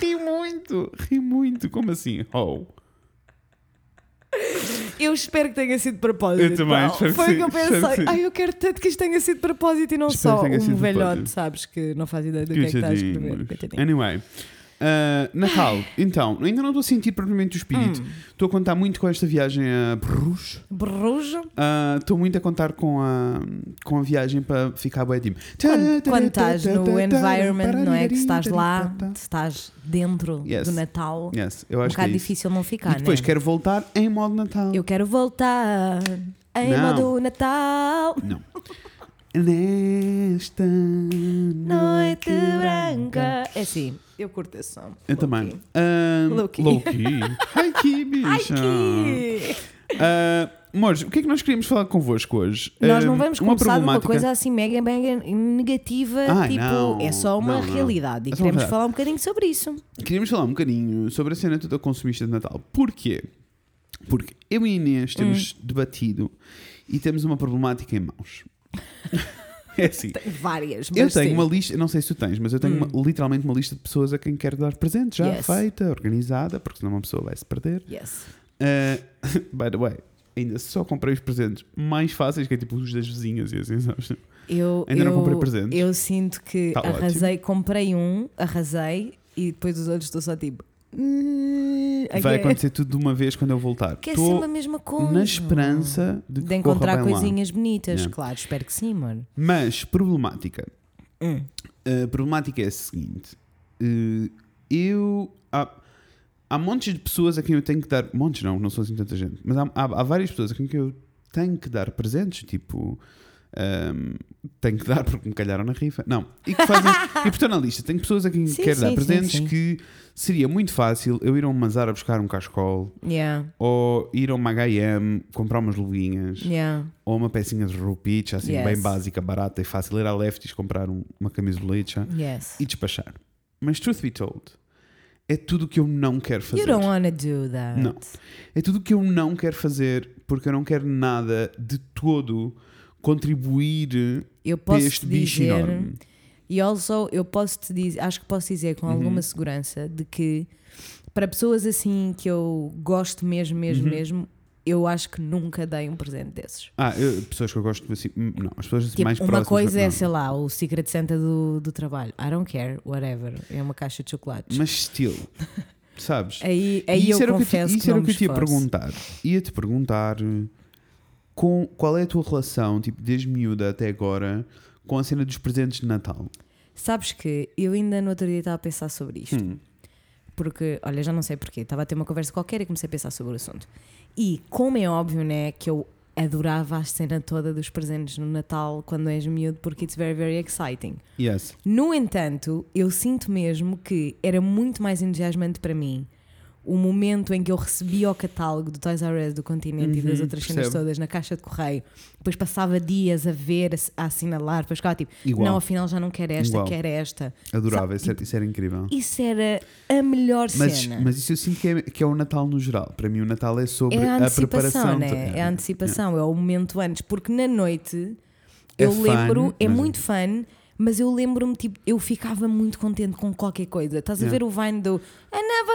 Ri muito, ri muito. Como assim? Ho. Eu espero que tenha sido de propósito. Eu também, Paulo. espero que Foi sim, o que eu espero que pensei. sim. Ai, eu quero tanto que isto tenha sido de propósito e não Espero que só tenha sido um de velhote, propósito. sabes, que não faz ideia do que é que estás a escrever. Coitadinho. Anyway. ah, Natal, então, ainda não estou a sentir propriamente o espírito. Estou a contar muito com esta viagem a Bruges. Brujo. Ah, Estou muito a contar com a, com a viagem para ficar bem tipo. Quando, quando estás no environment, não é? Que se estás lá, se estás dentro Yes. do Natal, Yes, eu é um acho que é bocado isso. difícil não ficar, E depois né? quero voltar em modo Natal. Eu quero voltar em Não. modo Natal, Não. Nesta Hum, noite branca. É assim, eu curto esse som. Eu Low-key. também. Ahm, Low-key. Low-key. Ai que bicha. Ai, que... Ah, Mores, o que é que nós queríamos falar convosco hoje? Nós Ah, não vamos uma começar de uma problemática- coisa assim mega, mega negativa, Ai, tipo, não. é só uma Não, não. realidade e É só uma queremos realidade. falar um bocadinho sobre isso. Queríamos falar um bocadinho sobre a cena toda consumista de Natal. Porquê? Porque eu e a Inês temos Hum. debatido e temos uma problemática em mãos. é assim. Várias, mas Eu tenho sim. Hum. uma lista, não sei se tu tens, mas eu tenho uma- literalmente uma lista de pessoas a quem quero dar presente já Yes. feita, organizada, porque senão uma pessoa vai se perder. Yes. Uh, by the way, ainda só comprei os presentes mais fáceis, que é tipo os das vizinhas e assim, sabes? Eu, Ainda não eu- comprei presentes. Eu sinto que Tá arrasei, comprei um, arrasei e depois os outros estou só tipo. "Hum, Vai ok." acontecer tudo de uma vez quando eu voltar. Que é Tô sempre a mesma coisa. na esperança de, que de corra encontrar bem coisinhas bonitas, Yeah. claro, espero que sim, mano. Lá. Mas, problemática. A problemática é a seguinte: Uh, eu. Há, há montes de pessoas a quem eu tenho que dar. Montes não, não são assim tanta gente. Mas há, há- há várias pessoas a quem que eu tenho que dar presentes, tipo. um, tenho que dar porque me calharam na rifa. Não. E que fazem. e portanto, na lista, tenho pessoas a quem Sim, quero dar sim, sim, presentes sim. que seria muito fácil eu ir a um Mazar a buscar um cascol Yeah, ou ir a uma HM comprar umas luvinhas yeah. ou uma pecinha de roupicha, assim, Yes. bem básica, barata e fácil. Ir à Lefties comprar um- uma camisoleta Yes. e despachar. Mas, truth be told, é tudo o que eu não quero fazer. You don't wanna do that. Não. É tudo o que eu não quero fazer porque eu não quero nada de todo contribuir Eu para posso este te bicho dizer. enorme. E also, eu posso te dizer, acho que posso dizer com Uhum. alguma segurança de que para pessoas assim que eu gosto mesmo, mesmo, Uhum. mesmo, eu acho que nunca dei um presente desses. Ah, eu- pessoas que eu gosto assim, hum, não, as pessoas assim Tipo, mais uma próximas. coisa é, não. sei lá, o Secret Santa do, do trabalho. I don't care, whatever. É uma caixa de chocolates. Mas, still, sabes? aí E aí eu isso era o que eu te- confesso isso era não o que eu me te ia esforço. perguntar. Ia-te perguntar eh, com, qual é a tua relação, tipo, desde miúda até agora, com a cena dos presentes de Natal. Sabes que eu ainda no outro dia estava a pensar sobre Hum. isto. Porque, olha, já não sei porquê, estava a ter uma conversa qualquer e comecei a pensar sobre o assunto. E como é óbvio, né, que eu adorava a cena toda dos presentes no Natal quando és miúdo, porque it's very, very exciting. Yes. No entanto, eu sinto mesmo que era muito mais entusiasmante para mim o momento em que eu recebia o catálogo do Toys R Us do Continente e das outras cenas Uhum, percebo. todas na caixa de correio, depois passava dias a ver, a, a assinalar, depois ficava tipo, Igual. não, afinal já não quero esta, Igual. quero esta. Adorava, isso Sabe, era, isso era incrível. tipo, Isso era a melhor Mas, cena. mas isso eu sinto que é, que é o Natal no geral. Para mim, o Natal é sobre é a antecipação, preparação. né? de- É a antecipação, é o momento antes, porque na noite É eu fun, lembro, é mas- muito fun, mas eu lembro-me, tipo, eu ficava muito contente com qualquer coisa. Estás a ver o Vine do Ana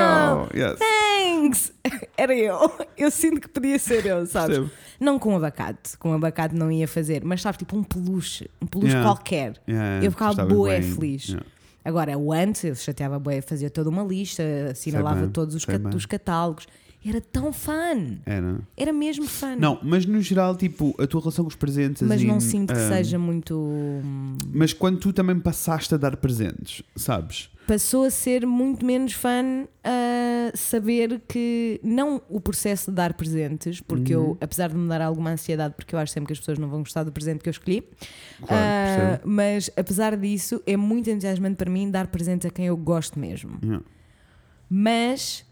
Avocado! Ah, Yes. Thanks! Era eu. Eu sinto que podia ser eu, sabes? Percebo. Não com abacate, com abacate não ia fazer, mas sabes, tipo um peluche, um peluche Yeah. qualquer. Yeah, eu ficava estava boa bem, feliz. yeah. Agora, o antes, eu chateava bem, fazia toda uma lista, assinalava Sei bem, todos os, sei cat- bem. os catálogos. Era tão fun. Era. Era mesmo fun. Não, mas no geral, tipo, a tua relação com os presentes. Mas assim, não sinto que ah, seja muito. hum, Mas quando tu também passaste a dar presentes, sabes? Passou a ser muito menos fã a saber que não o processo de dar presentes, porque Uhum. eu, apesar de me dar alguma ansiedade, porque eu acho sempre que as pessoas não vão gostar do presente que eu escolhi, Claro, ah, percebo. mas apesar disso, é muito entusiasmante para mim dar presentes a quem eu gosto mesmo. Yeah. mas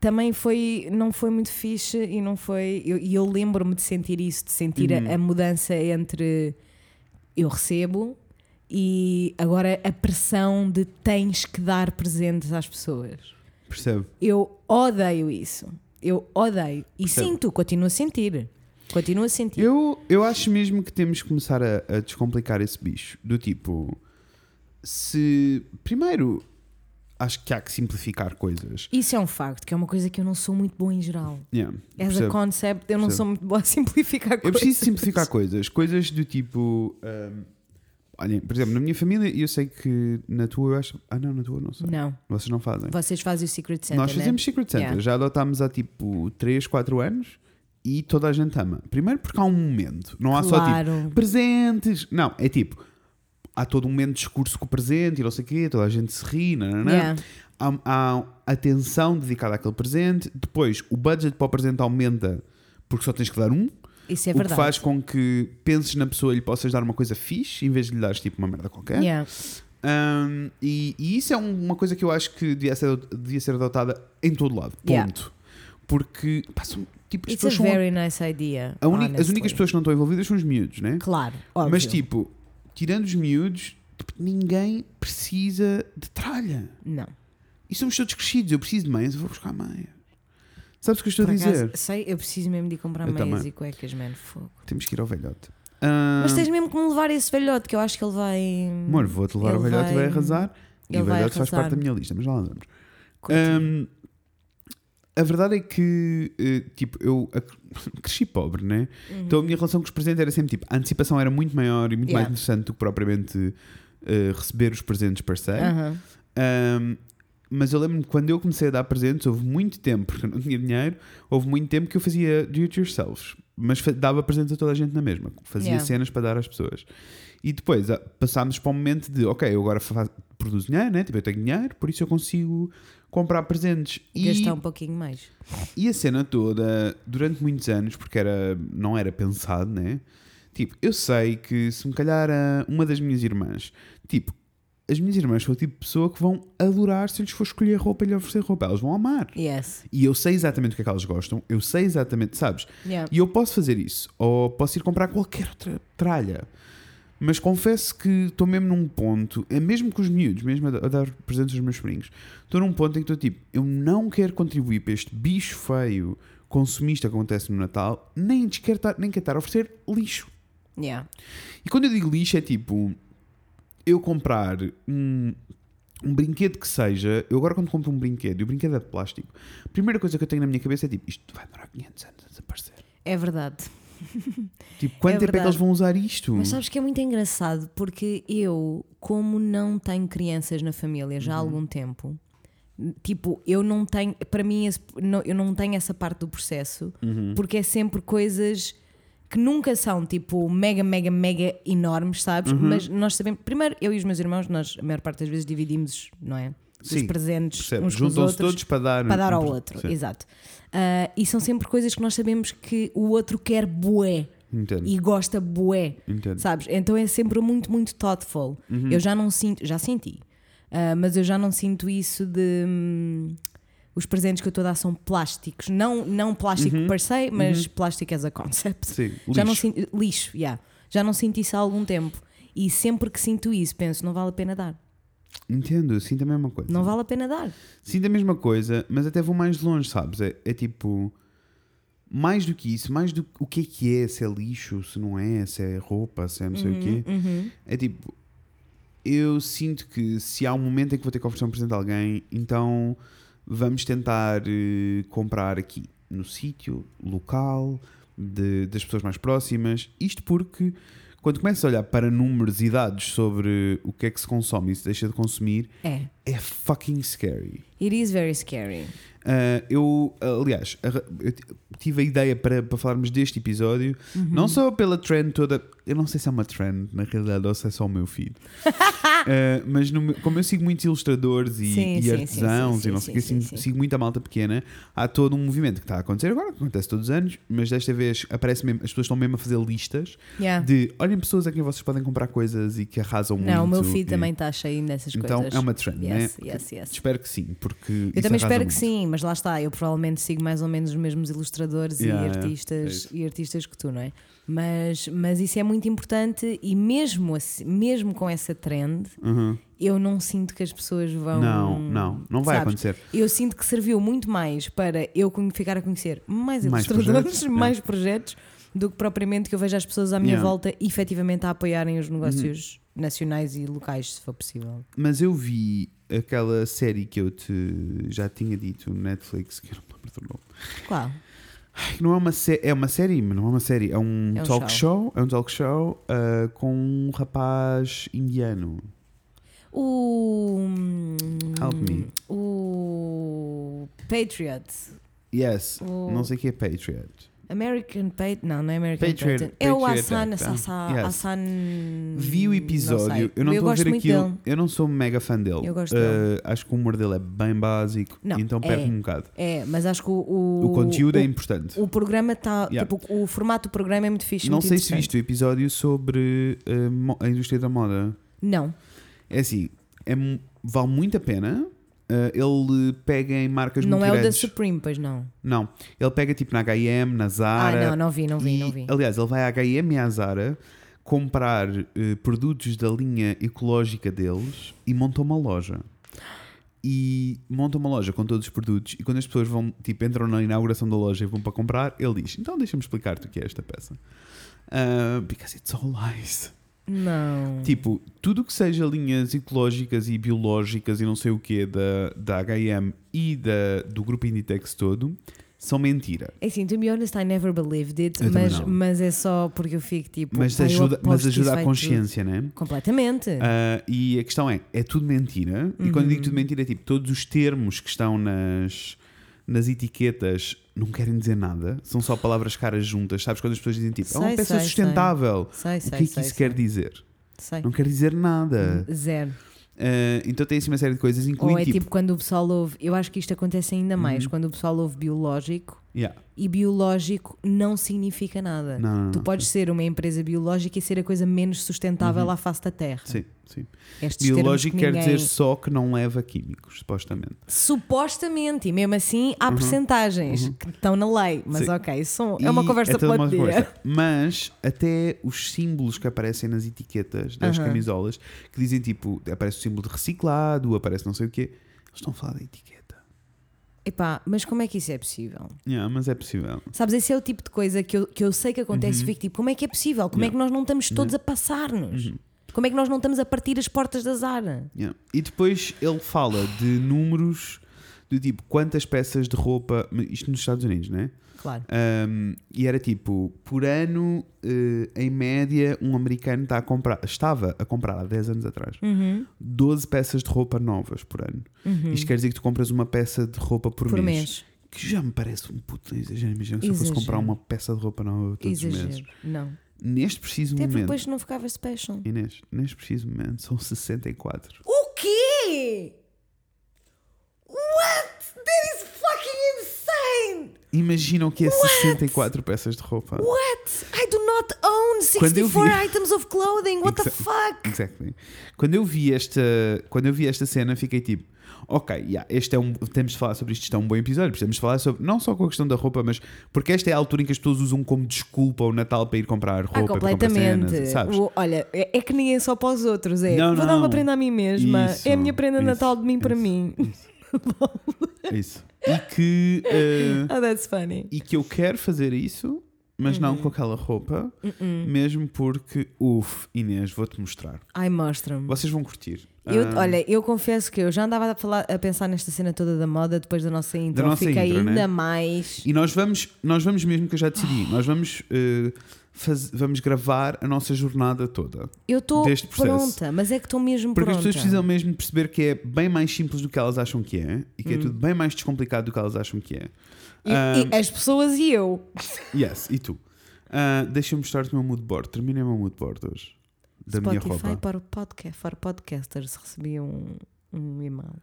também foi não foi muito fixe e não foi eu- e eu, lembro-me de sentir isso de sentir a- a, Uhum. mudança entre eu recebo e agora a pressão de tens que dar presentes às pessoas Percebo. tipo, eu odeio isso eu odeio e Percebo. sinto continuo a sentir continuo a sentir Eu, eu acho mesmo que temos que começar a, a descomplicar esse bicho. Do tipo, se. Primeiro, acho que há que simplificar coisas. isso é um facto que é uma coisa que eu não sou muito boa em geral Yeah, as a percebo. concept eu não Percebo. sou muito boa a simplificar Eu coisas preciso simplificar coisas. Coisas do tipo. hum, olhem, por exemplo, na minha família, eu sei que na tua, eu acho. Ah, não, na tua, não sei. não Vocês não fazem. vocês fazem o secret center Nós né? fazemos Secret Santa. Yeah. Já adotámos há tipo 3, 4 anos e toda a gente ama. Primeiro porque há um momento. Não há só Claro. tipo presentes. Não, é tipo. Há todo um momento de discurso com o presente e não sei o quê, toda a gente se ri, nananã. Yeah. Há, há atenção dedicada àquele presente. Depois, o budget para o presente aumenta porque só tens que dar um. isso é o verdade que faz com que penses na pessoa e lhe possas dar uma coisa fixe em vez de lhe dares tipo uma merda qualquer. Yeah. Um, e, e isso é um- uma coisa que eu acho que devia ser, devia ser adotada em todo lado. Ponto. Yeah. Porque pá, são, tipo, as, It's a pessoas são- very nice idea. a uni- as honestly. únicas pessoas que não estão envolvidas são os miúdos, né? Claro, óbvio. Mas tipo, tirando os miúdos, tipo, ninguém precisa de tralha. Não. E são os todos crescidos. Eu preciso de meias, eu vou buscar meias. Sabes o que eu estou Por a acaso, dizer? sei, eu preciso mesmo de ir comprar Eu meias também. e cuecas, man, fogo. Temos que ir ao velhote. Ah, Mas tens mesmo que me levar esse velhote, que eu acho que ele vai. Amor, vou-te levar Ele ao velhote, vai, vai- arrasar. E ele o vai velhote faz arrasar. parte da minha lista, mas lá andamos. Coitado. Hum, a verdade é que, eh, tipo, eu ac- cresci pobre, né? Uhum. Então a minha relação com os presentes era sempre tipo, a antecipação era muito maior e muito mais Yeah. interessante do que propriamente eh, receber os presentes per se. Aham. Hum, mas eu lembro-me que quando eu comecei a dar presentes, houve muito tempo, porque eu não tinha dinheiro, houve muito tempo que eu fazia do it yourself, mas fa- dava presentes a toda a gente na mesma, fazia Yeah. cenas para dar às pessoas. E depois ah, passámos para o momento de, ok, eu agora fa- produzo dinheiro, né? tipo, eu tenho dinheiro, por isso eu consigo comprar presentes. E, Gastar um pouquinho mais. e a cena toda, durante muitos anos, porque era, não era pensado, né? Tipo, eu sei que se me calhar a- uma das minhas irmãs, tipo, as minhas irmãs são o tipo de pessoa que vão adorar se lhes for escolher roupa e lhe oferecer roupa, elas vão amar. Yes. E eu sei exatamente o que é que elas gostam, eu sei exatamente, sabes? Yeah. E eu posso fazer isso, ou posso ir comprar qualquer outra tralha. Mas confesso que estou mesmo num ponto, é mesmo com os miúdos, mesmo a da- a dar presentes aos meus sobrinhos, estou num ponto em que estou tipo, eu não quero contribuir para este bicho feio consumista que acontece no Natal, nem, lhes quero estar- nem quero estar a oferecer lixo. Yeah. E quando eu digo lixo é tipo eu comprar um, um brinquedo que seja. Eu agora quando compro um brinquedo e o brinquedo é de plástico, a primeira coisa que eu tenho na minha cabeça é tipo, isto vai demorar 500 anos a desaparecer. É verdade. Tipo, quanto tempo é que verdade. eles vão usar isto? Mas sabes que é muito engraçado porque eu, como não tenho crianças na família Uhum. já há algum tempo, tipo, eu não tenho, para mim, esse- não- eu não tenho essa parte do processo Uhum. porque é sempre coisas que nunca são tipo mega, mega, mega enormes, sabes? Uhum. Mas nós sabemos, primeiro, eu e os meus irmãos, nós a maior parte das vezes dividimos, não é? Os Sim, presentes percebo. uns com os Juntam-se outros todos para dar, para dar um ao pre- outro, Sim, exato. Ah, e são sempre coisas que nós sabemos que o outro quer bué Entendo. e gosta bué, Entendo. Uhum. sabes? Então é sempre muito, muito thoughtful. Eu já não sinto, já senti, ah, mas eu já não sinto isso de. hum, os presentes que eu estou a dar são plásticos. Não, não plástico per se, mas plástico as a concept. Uhum. Sim, Já não lixo. sinto, lixo, yeah. já não sinto isso há algum tempo. E sempre que sinto isso, penso, não vale a pena dar. Entendo, sinto a mesma coisa. Não vale a pena dar. Sinto a mesma coisa, mas até vou mais longe, sabes? É, é tipo. Mais do que isso, mais do que o que é que é, se é lixo, se não é, se é roupa, se é não sei o quê. É tipo. Eu sinto que se há um momento em que vou ter que oferecer um presente a alguém, então vamos tentar eh, comprar aqui, no sítio, local, de- das pessoas mais próximas. Isto porque Quando começas a olhar para números e dados sobre o que é que se consome e se deixa de consumir, É. é fucking scary. It is very scary. Ah, eu, aliás, a ra- eu ti- tive a ideia para, para falarmos deste episódio, Uhum. não só pela trend toda, eu não sei se é uma trend na realidade ou se é só o meu feed, Ah, mas no meu- como eu sigo muitos ilustradores e, Sim, e sim, sim, artesãos sim, e não sim, sei o que, sim, sigo, sim. sigo muita malta pequena, há todo um movimento que está a acontecer agora, que acontece todos os anos, mas desta vez aparece mesmo, as pessoas estão mesmo a fazer listas Yeah. de olhem pessoas a quem vocês podem comprar coisas e que arrasam muito. Não, o meu filho e- também está cheio dessas Então coisas. é uma trend, yes, né? Yes, yes. Espero que sim, porque. Eu também espero que sim, mas lá está, eu provavelmente sigo mais ou menos os mesmos ilustradores Yeah, e yeah, é artistas isso. e artistas que tu, não é? Mas, mas isso é muito importante e mesmo assim, mesmo com essa trend, Uhum. eu não sinto que as pessoas vão Não, não, não vai acontecer. Eu sinto que serviu muito mais para eu con- ficar a conhecer mais Mais ilustradores, projetos, é. mais projetos, do que propriamente que eu vejo as pessoas à minha Yeah. Uhum. volta efetivamente a apoiarem os negócios nacionais e locais, se for possível. Mas eu vi aquela série que eu te já tinha dito no Netflix, que eu não me lembro do nome. Claro. Ai, que não é uma série, é uma série, mas não é uma série, é um, É um talk show, é um talk show ah, com um rapaz indiano. O. Help me. O. Patriot. Yes, O- não sei o que é Patriot. American Patriot. Não, não é American Patriot- Patriot. é o Patriot Hassan. Act, ah. Hassan, Yes. Hassan Vi o episódio, Hum, sei. eu não eu estou a gosto ver muito aquilo, dele. eu não sou mega fã dele. Eu gosto Ah, dele. acho que o humor dele é bem básico, Não, então é. perde um bocado. É, mas acho que o. O, O conteúdo é o, importante. o programa está. Yeah. Tipo, o formato do programa é muito fixe. não muito sei se interessante. viste o episódio sobre ah, mo- a indústria da moda. Não. É assim, é mu- vale muito a pena. Uh, ele pega em marcas não muito é o da grandes. Supreme, pois não. Não, ele pega tipo na H&M, na Ah, Zara. não, não vi, não vi, e, não vi. Aliás, ele vai à H&M e à Zara comprar eh, produtos da linha ecológica deles e monta uma loja. E monta uma loja com todos os produtos e quando as pessoas vão, tipo, entram na inauguração da loja e vão para comprar, ele diz, então deixa-me explicar-te o que é esta peça. Ah, because it's all lies. Não. Tipo, tudo que seja linhas ecológicas e biológicas e não sei o que da, da HM e da, do grupo Inditex todo são mentira. É assim, to be honest, I never believed it, Eu também mas, não. mas é só porque eu fico tipo. Mas "Pá, eu ajuda, aposto mas que isso ajuda vai a tudo." É. consciência, né? Completamente. Ah, e a questão é: é tudo mentira. E quando digo tudo Uhum. mentira, é tipo, todos os termos que estão nas, nas etiquetas não querem dizer nada, são só palavras caras juntas. Sabes quando as pessoas dizem tipo, é uma Sei, peça sei, sustentável? Sei, O que sei, é que sei, isso sei. quer dizer? sei. Não quer dizer nada. Zero. Ah, então tem assim uma série de coisas, Ou incluindo é tipo. tipo quando o pessoal ouve. Eu acho que isto acontece ainda Uhum. mais quando o pessoal ouve biológico yeah. e biológico não significa nada. Não, não, tu não. podes ser uma empresa biológica e ser a coisa menos sustentável à face da Terra. Uhum. Sim, sim. Estes termos Biológico que quer ninguém- dizer só que não leva químicos, supostamente. Supostamente, e mesmo assim há porcentagens que estão na lei. Mas Uhum. Sim. ok, são, é uma E conversa toda para uma outro dia. conversa. Mas até os símbolos que aparecem nas etiquetas das Aham. camisolas, que dizem tipo, aparece o símbolo de reciclado, aparece não sei o quê, eles estão a falar da etiqueta. Epá, mas como é que isso é possível? Yeah, mas é possível. Sabes, esse é o tipo de coisa que eu, que eu sei que Uhum. acontece e fico tipo, como é que é possível? Como é que nós não estamos todos a passar-nos? Uhum. Como é que nós não estamos a partir as portas da Zara? Yeah. E depois ele fala de números do tipo quantas peças de roupa, isto nos Estados Unidos, não é? Claro. Um, e era tipo, por ano, eh, em média, um americano está a comprar, estava a comprar há 10 anos atrás Uhum. 12 peças de roupa novas por ano. Isto quer dizer que tu compras uma peça de roupa por, Por mês. mês. Que já me parece um puto exagero. Imagina se eu fosse Exagero. comprar uma peça de roupa nova todos os meses. Exagero. Não. Neste preciso Até porque momento, depois não ficava special. Inês, neste preciso momento são 64. O quê? What? That is fucking insane! Imagina o que é 64 peças de roupa. What? I do not own Quando eu 64 vi- items of clothing. What the Exa- fuck? Exactly. Quando eu vi esta, quando eu vi esta cena, fiquei tipo, ok, yeah, este é um, temos de falar sobre isto, isto é um bom episódio, precisamos de falar sobre não só com a questão da roupa, mas porque esta é a altura em que as pessoas usam como desculpa o Natal para ir comprar roupa, Ah, para comprar cenas, completamente. sabes? O- olha, é é que ninguém é só para os outros. É, Não, vou dar uma não. prenda a mim mesma. Isso, é a minha prenda de isso, natal de mim para isso, mim. É Isso. E que eh, Oh, that's funny. e que eu quero fazer isso, mas não Uhum. com aquela roupa, Uh-uh. mesmo porque, uff, Inês, vou-te mostrar. Ai, mostra-me. Vocês vão curtir. Eu- Ah, olha, eu confesso que eu já andava a, falar- a pensar nesta cena toda da moda depois da nossa intro. nossa Fiquei intro, né? ainda mais. E nós vamos, nós vamos mesmo que eu já decidi, nós vamos eh, faz- vamos gravar a nossa jornada toda. Eu estou deste processo. pronta, mas é que estou mesmo Porque as pronta. pessoas precisam mesmo perceber que é bem mais simples do que elas acham que é e que é tudo bem mais descomplicado do que elas acham que é. E- e as pessoas e eu. Yes, e tu? Ah, Deixa-me mostrar-te o meu mood board. Terminei o meu mood board hoje. Da minha Spotify roupa. para, o podcast, para podcasters recebi um, um e-mail.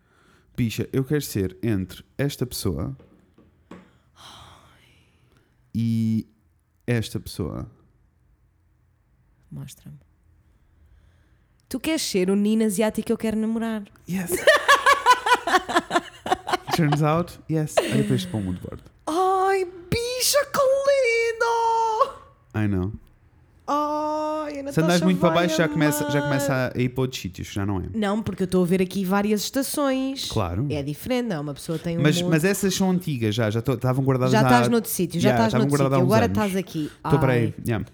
Bicha, eu quero ser entre esta pessoa e esta pessoa. Mostra-me. Tu queres ser o Nina asiático que eu quero namorar? Yes. Turns out, yes. Olha para este para o mood board. Ai, bicha, que lindo! I know. Ai, tá a Natasha Se andares muito para vai baixo, já começa, já amar. começa a ir para outros sítios, já não é? Não, porque eu estou a ver aqui várias estações. Claro. É diferente, não. Uma pessoa tem um. Mas, mood. mas essas são antigas já, já to- estavam guardadas já há- estás noutro sítio, já Yeah, estás estavam noutro sítio. guardadas há uns Agora anos. estás aqui. Estou para Ai. aí. yeah.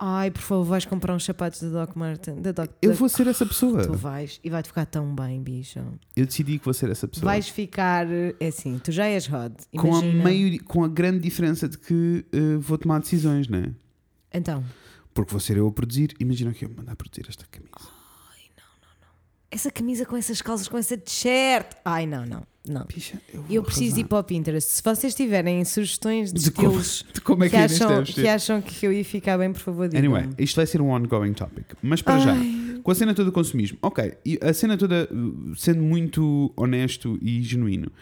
Ai, por favor, vais comprar uns sapatos da Doc Marten. Da Doc, Eu da- vou ser essa pessoa. Tu vais e vai-te ficar tão bem, bicho. Eu decidi que vou ser essa pessoa. Vais ficar é assim, tu já és hot. com, a imagina. maioria, com a grande diferença de que eh, vou tomar decisões, não é? Então, Porque vou ser eu a produzir. Imagina que eu me mandar produzir esta camisa. essa camisa com essas calças, com essa t-shirt. Ai, não, não, não. Bicha, eu, vou Eu preciso ir arrasar. para o Pinterest. Se vocês tiverem sugestões de, de como, estilos de como é que, que é isto acham, deve que ser. acham que eu ia ficar bem, por favor, digam Anyway, isto vai ser um ongoing topic. Mas para já, com a cena toda do consumismo, ok, e a cena toda, uh, sendo muito honesto e genuíno,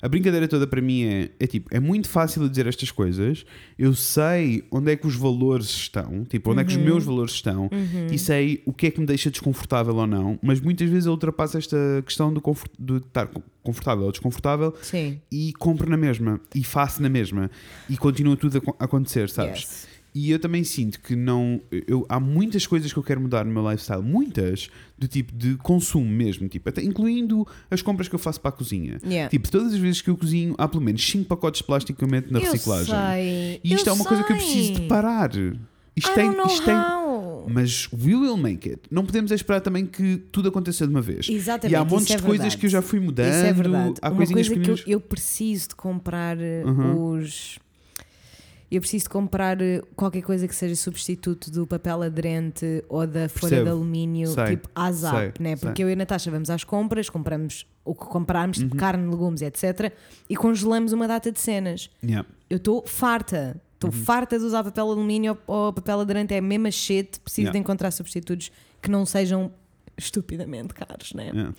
a brincadeira toda para mim é, é tipo, é muito fácil eu dizer estas coisas, eu sei onde é que os valores estão, tipo, onde é que os meus valores estão, e sei o que é que me deixa desconfortável ou não, mas muitas vezes eu ultrapasso esta questão do confort- de estar confortável ou desconfortável Sim. e compro na mesma e faço na mesma e continua tudo a co- a acontecer, sabes? Yes. E eu também sinto que não. Eu, há muitas coisas que eu quero mudar no meu lifestyle, muitas, do tipo de consumo mesmo, tipo, até incluindo as compras que eu faço para a cozinha. Yeah. Tipo, todas as vezes que eu cozinho, há pelo menos 5 pacotes de plástico que eu meto na Eu reciclagem. sei, E isto eu é uma coisa que eu preciso de sei. parar. Isto I tem. don't know Isto tem how. mas we will make it. Não podemos é esperar também que tudo aconteça de uma vez. Exatamente, E há montes isso é de coisas verdade. que eu já fui mudando. Isso é verdade. Há Uma coisinhas coisa que eu, pequeninas. Uhum. eu preciso de comprar eh, os. Eu preciso de comprar eh, qualquer coisa que seja substituto do papel aderente ou da folha Percebo. de alumínio, Sei. tipo ASAP, Sei. Sei. né? Porque eu e a Natasha vamos às compras, compramos o que comprarmos, Uhum. tipo carne, legumes, etc. E congelamos uma data de cenas. Yeah. Eu estou farta. Uhum. Estou farta de usar papel alumínio ou ou papel aderente, é a mesma shit. Preciso Yeah. de encontrar substitutos que não sejam estupidamente caros, né? Yeah.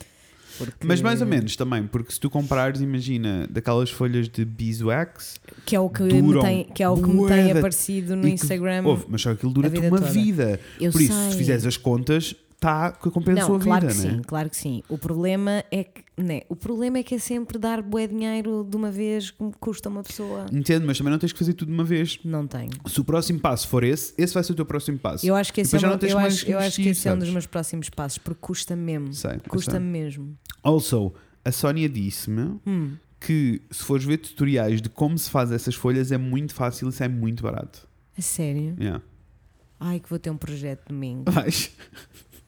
Porque- Mas mais ou menos também, porque se tu comprares, imagina, daquelas folhas de beeswax Que é o que, me Duram tem, que, é o que me bué tem da- aparecido no e que- Instagram. Ouve, mas só que aquilo Hum. a dura-te vida uma toda. vida. Eu Por isso, se sei. fizeres as contas, está que compensa a não, sua claro vida, que né? sim, claro que sim. O problema é que, né, o problema é que é sempre dar bué dinheiro de uma vez que me custa uma pessoa. Entendo, mas também não tens que fazer tudo de uma vez. Não tenho. Se o próximo passo for esse, esse vai ser o teu próximo passo. Eu acho que esse, é, Depois já o não meu- tens eu mais acho, eu acho que investir, esse é um dos sabes? meus próximos passos, porque custa mesmo. Sei, eu Custa-me mesmo. Also, a Sónia disse-me Hum. que se fores ver tutoriais de como se faz essas folhas, é muito fácil e sai muito barato. A sério. Yeah. Ai, que vou ter um projeto domingo. Vais.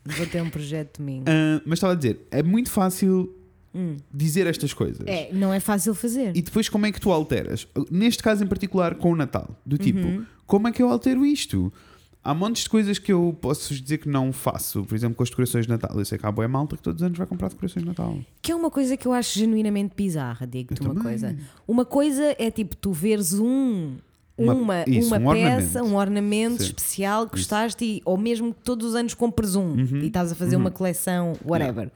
Vou ter um projeto domingo. Ah, mas estava a dizer, é muito fácil Hum. dizer estas coisas. É, não é fácil fazer. E depois como é que tu alteras? Neste caso em particular com o Natal, do tipo, Uhum. como é que eu altero isto? Há montes de coisas que eu posso dizer que não faço, por exemplo, com as decorações de Natal. Eu sei que há boa malta que todos os anos vai comprar decorações de Natal. Que é uma coisa que eu acho genuinamente bizarra, digo-te Eu uma também. coisa. Uma coisa é tipo tu veres um. Uma- Uma, isso, uma um peça, ornamento. um ornamento Sim. especial que gostaste, e, ou mesmo que todos os anos compres um Uhum. e estás a fazer uma coleção, whatever.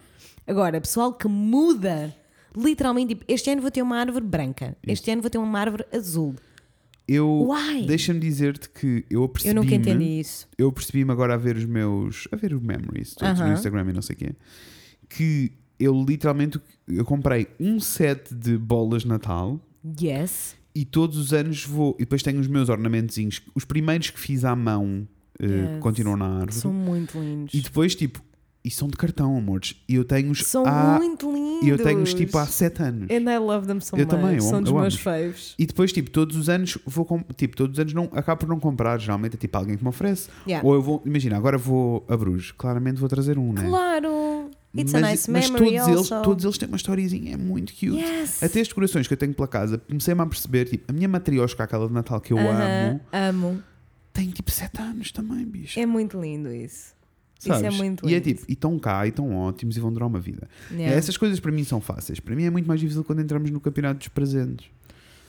Agora, pessoal que muda, literalmente, tipo, este ano vou ter uma árvore branca, este ano vou ter uma árvore azul. Eu Why? deixa-me dizer-te que eu apercebi Eu nunca entendi isso. eu percebi-me agora a ver os meus. a ver os memories todos Aham. no Instagram e não sei o quê. Que eu literalmente eu comprei um set de bolas de Natal Yes. e todos os anos vou. E depois tenho os meus ornamentozinhos. Os primeiros que fiz à mão eh, Yes. continuam na árvore. São muito lindos. E depois, tipo, e são de cartão, amores. E eu tenho-os São É há. muito lindos. Ah, E eu tenho-os tipo há 7 anos. And I love them so Eu much. também, eu São amo- dos eu meus amo-os. faves. E depois, tipo, todos os anos vou com- tipo, todos os anos não acabo por não comprar, geralmente é tipo alguém que me oferece. Yeah. Ou eu vou, imagina, agora vou a Bruges, claramente vou trazer um, né? Claro. It's a nice mas memory todos eles, also. todos eles têm uma historiazinha, é muito cute. Yes. Até as decorações que eu tenho pela casa, comecei-me a perceber, tipo, a minha matriosca, aquela de Natal que eu Aham, amo, amo. Tem tipo 7 anos também, bicho. É muito lindo isso. Isso É. é Sabes? muito e lindo. é tipo, e estão cá, e estão ótimos e vão durar uma vida. É, Yeah. Essas coisas para mim são fáceis. Para mim é muito mais difícil quando entramos no campeonato dos presentes.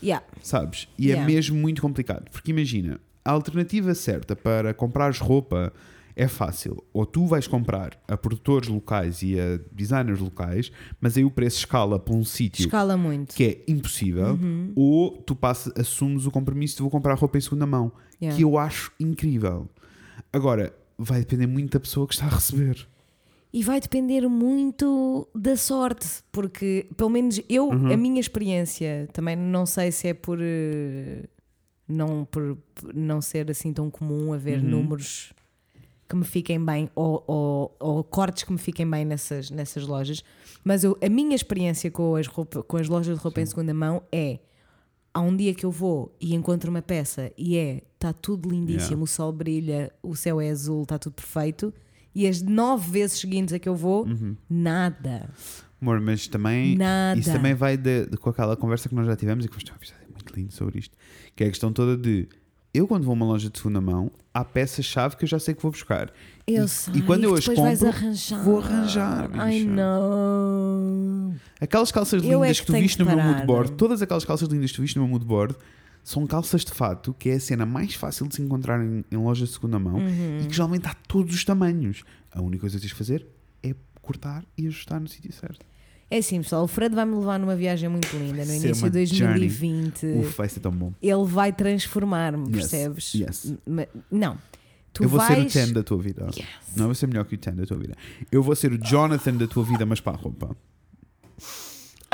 Yeah. Sabes? E Yeah. é mesmo muito complicado. Porque imagina, a alternativa certa para comprares roupa é fácil. Ou tu vais comprar a produtores locais e a designers locais, mas aí o preço escala para um sítio Escala muito. que é impossível, Uhum. ou tu passa, assumes o compromisso de vou comprar roupa em segunda mão, Yeah. que eu acho incrível. Agora, vai depender muito da pessoa que está a receber. E vai depender muito da sorte, porque pelo menos eu, Uhum. a minha experiência, também não sei se é por eh, não, por por não ser assim tão comum haver Uhum. números que me fiquem bem ou, ou- ou cortes que me fiquem bem nessas, nessas lojas, mas eu- a minha experiência com as, roupa- com as lojas de roupa em segunda mão é há um dia que eu vou e encontro uma peça e é, está tudo lindíssimo, Yeah. o sol brilha, o céu é azul, está tudo perfeito. E as nove vezes seguintes a que eu vou, Uhum. nada. Amor, mas também Nada. isso também vai de, de- com aquela conversa que nós já tivemos e que foste um episódio muito lindo sobre isto. Que é a questão toda de eu, quando vou a uma loja de segunda mão, há peça-chave que eu já sei que vou buscar. Eu e, sei. e quando eu que as depois compro, vais arranjar. vou arranjar. Ai bicha. não. Aquelas calças Eu é lindas que que, tu tenho viste que no meu parar. moodboard, todas aquelas calças lindas que tu viste no meu moodboard, são calças de fato, que é a cena mais fácil de se encontrar em, em loja de segunda mão Uhum. e que geralmente há todos os tamanhos. A única coisa que tens de fazer é cortar e ajustar no sítio certo. É assim, pessoal, o Fred vai-me levar numa viagem muito linda no ser início de uma 2020. Uf, vai ser tão bom. Ele vai transformar-me, Yes, percebes? yes. Ma- Não. Tu eu vou vais... ser o Ten da tua vida. Não, eu vou ser melhor que o Ten da tua vida. Eu vou ser o Jonathan da tua vida, mas para a roupa.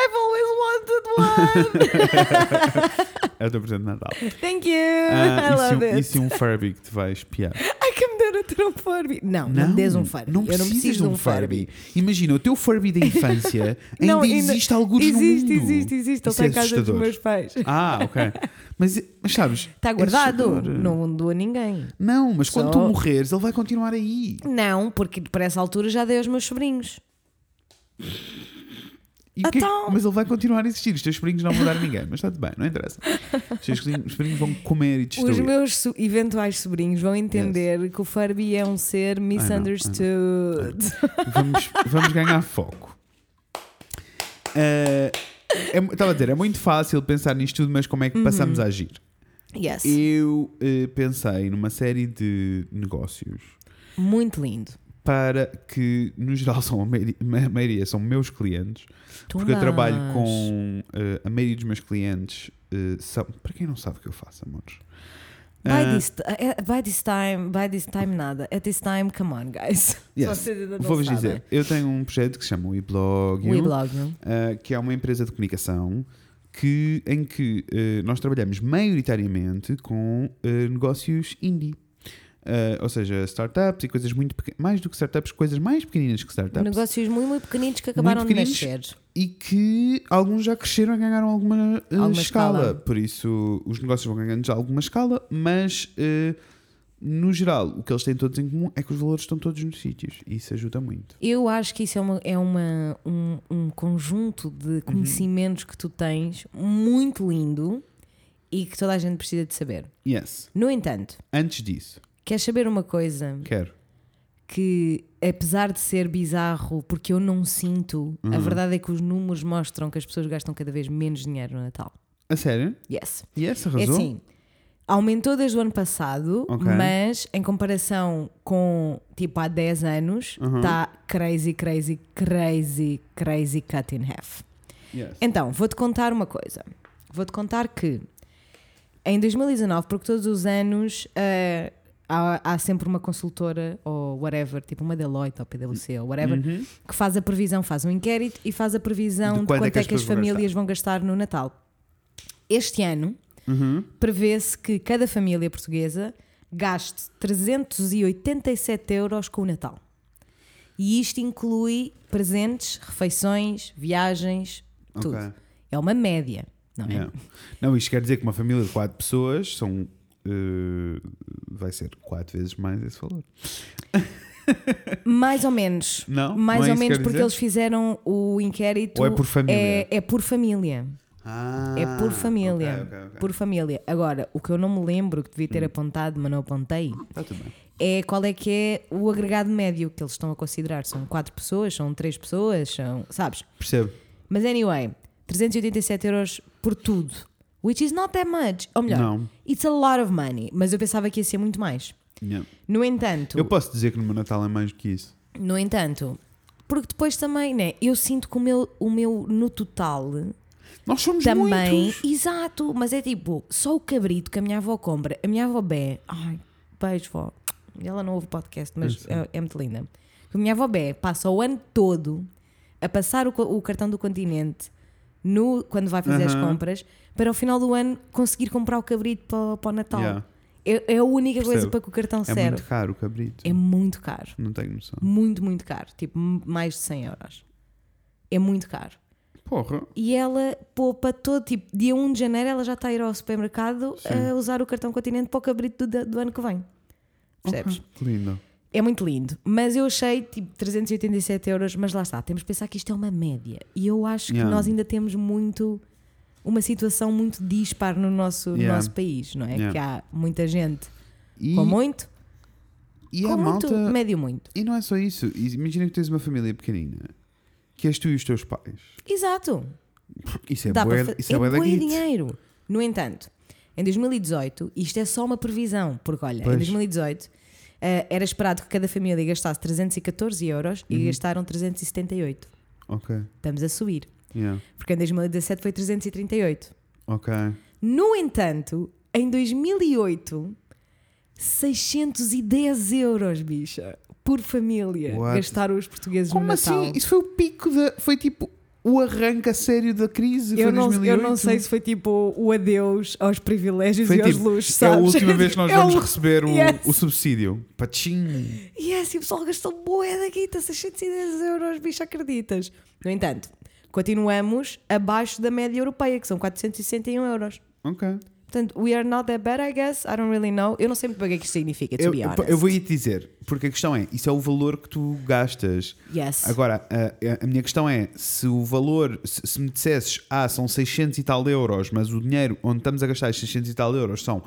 I've always wanted one. É o teu presente de Natal. Thank you. Ah, e, I se love um, e it. se um Furby que te vai espiar? Ai que me deram ter um Furby. Não, não, me des um Furby. Não eu não precisas preciso de um Furby. Imagina, o teu Furby da infância ainda, Não, ainda- existe alguns existe, no mundo. existe, existe. Ele Isso está é em casa dos assustador. meus pais. Ah, ok. Mas, mas sabes... Está é guardado. assustador. não doa ninguém. Não, mas quando Só- tu morreres, ele vai continuar aí. Não, porque para essa altura já dei aos meus sobrinhos. E o que é que- Então- mas ele vai continuar a existir. Os teus sobrinhos não vão mudar ninguém, mas está tudo bem, não interessa. Os teus sobrinhos vão comer e destruir. Os meus so- eventuais sobrinhos vão entender que o Furby é um ser misunderstood. Vamos, vamos ganhar foco. Eh, é mu- Estava a dizer, é muito fácil pensar nisto tudo, mas como é que passamos Uhum. a agir? Yes. Eu eh, pensei numa série de negócios Muito lindo. para que, no geral, são a maioria, a maioria são meus clientes, porque eu Tomás. trabalho com eh, a maioria dos meus clientes. eh, são, para quem não sabe o que eu faço, amores, By, Ah. this, t- eh, by this time, by this time nada. At this time, come on, guys. Yes. Vocês ainda não vou-vos sabem. dizer: eu tenho um projeto que se chama WeBlog, Weblog, não? uh, que é uma empresa de comunicação que, em que uh, nós trabalhamos maioritariamente com uh, negócios indie. Uh, ou seja, startups e coisas muito pequenas, mais do que startups, coisas mais pequeninas que startups Negócios muito, muito pequeninos que acabaram de pequeninos. nascer. e que alguns já cresceram e ganharam alguma, uh, Alguma escala. escala. Por isso, os negócios vão ganhando já alguma escala, mas uh, no geral, o que eles têm todos em comum é que os valores estão todos nos sítios e isso ajuda muito. Eu acho que isso é, uma, é uma, um, um conjunto Uhum. de conhecimentos que tu tens muito lindo e que toda a gente precisa de saber. Yes. No entanto, Antes disso, queres saber uma coisa quero. que, apesar de ser bizarro, porque eu não sinto, a verdade é que os números mostram que as pessoas gastam cada vez menos dinheiro no Natal. A sério? Yes. E essa É razão? assim, aumentou desde o ano passado, Ok. mas em comparação com tipo há 10 anos, está crazy, crazy, crazy, crazy cut in half. Yes. Então, vou-te contar uma coisa. Vou-te contar que em 2019, porque todos os anos ah, há, há sempre uma consultora ou whatever, tipo uma Deloitte ou PwC ou whatever, que faz a previsão, faz um inquérito e faz a previsão Uhum. De de quanto é quanto é que, que as as pessoas vão famílias vão gastar no Natal. Este ano, prevê-se que cada família portuguesa gaste 387 euros com o Natal. E isto inclui presentes, refeições, viagens, tudo. Ok. É uma média, não é? Yeah. Não, isto quer dizer que uma família de 4 pessoas são. eh, vai ser 4 vezes mais esse valor. Mais ou menos. É. Não? Mais Não é ou isso que menos quer porque dizer? eles fizeram o inquérito. Ou é por família? É, é por família. Ah, É Ah, por família. ok, ok, ok. Por família. Agora, o que eu não me lembro, que devia ter apontado, mas não apontei, Está Tá tudo bem. é qual é que é o agregado médio que eles estão a considerar. São quatro pessoas, são três pessoas, são. Sabes? Percebo. Mas anyway, 387 euros por tudo. Which is not that much. Ou melhor, Não. it's a lot of money. Mas eu pensava que ia ser muito mais. Yeah. No entanto, Eu posso dizer que no meu Natal é mais do que isso. no entanto, porque depois também, né? Eu sinto que o meu, o meu no total Nós somos também. muitos. Exato, mas é tipo, só o cabrito que a minha avó compra. A minha avó Bé, ai, beijo, vó. Ela não ouve podcast, mas é, é muito linda. A minha avó Bé passa o ano todo a passar o, co- o cartão do continente no, quando vai fazer as Aham. compras para ao final do ano conseguir comprar o cabrito para, para o Natal. Yeah. É, é a única coisa Percebo. para que o cartão É serve. muito caro o cabrito. É muito caro. Não tenho noção. Muito, muito caro. Tipo, m- mais de 100 euros. É muito caro. Porra. E ela poupa todo, tipo, dia 1 de janeiro ela já está a ir ao supermercado a usar o cartão continente para o cabrito do, do ano que vem. Percebes? Que lindo. É muito lindo. Mas eu achei, tipo, 387 euros. Mas lá está, temos que pensar que isto é uma média. E eu acho Yeah. que nós ainda temos muito... Uma situação muito dispar no nosso, no Yeah. nosso país, não é? Yeah. Que há muita gente E, com muito, e com a muito, malta. médio muito. E não é só isso. Imagina que tens uma família pequenina. Que és tu e os teus pais. Exato. Isso é Dá bué, para fa- isso é é bué da bué guita. dinheiro. No entanto, em 2018, isto é só uma previsão, porque olha, Pois. em 2018 eh, era esperado que cada família gastasse 314 euros Uhum. e gastaram 378. Ok. Estamos a subir, Yeah. porque em 2017 foi 338. Ok. No entanto, em 2008, 610 euros, bicha, por família What? gastaram os portugueses Como no um Natal. assim? Isso foi o pico da. Foi tipo o arranque a sério da crise. Eu foi não, 2008. eu não sei se foi tipo o adeus aos privilégios Foi e aos tipo, luxos, É a sabes? última vez que nós É vamos o- receber o, Yes. o subsídio. Patim. Yes, e é assim, o pessoal gastou boa da guita, 610 euros, bicho, acreditas? No entanto, continuamos abaixo da média europeia, que são 461 euros. Ok. Portanto, we are not that bad, I guess. I don't really know. Eu não sei muito bem o que é que isto significa, to Eu, be eu- honest. eu vou te dizer, porque a questão é, isso é o valor que tu gastas. Yes. Agora, a, a minha questão é, se o valor, se, se me dissesses, ah, são 600 e tal euros, mas o dinheiro onde estamos a gastar esses 600 e tal euros são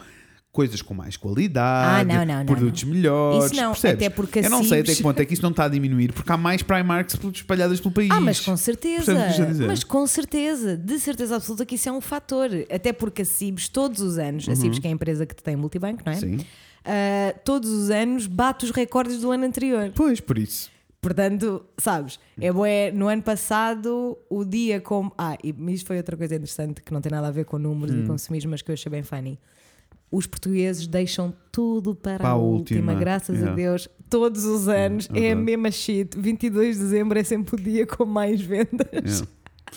coisas com mais qualidade, Ah, não, não, não, produtos melhores, Isso não, percebes? até porque Eu não assim- sei até que ponto é que isso não está a diminuir, porque há mais Primarks espalhadas pelo país. Ah, mas com Percebes o que estou a certeza. dizer? Mas com certeza. De certeza absoluta que isso é um fator. Até porque a Cibes, todos os anos, a Cibes que é a empresa que te tem multibanco, não é? Uhum. Sim. Ah, todos os anos bate os recordes do ano anterior. Pois, por isso. Portanto, sabes, é bué, no ano passado o dia como. Ah, e isto foi outra coisa interessante que não tem nada a ver com números Hum. e consumismo, mas que eu achei bem funny. Os portugueses deixam tudo para, Para a a última, última, graças a yeah. Deus, todos os é anos. é a verdade. mesma shit. 22 de dezembro é sempre o dia com mais vendas. Yeah. É.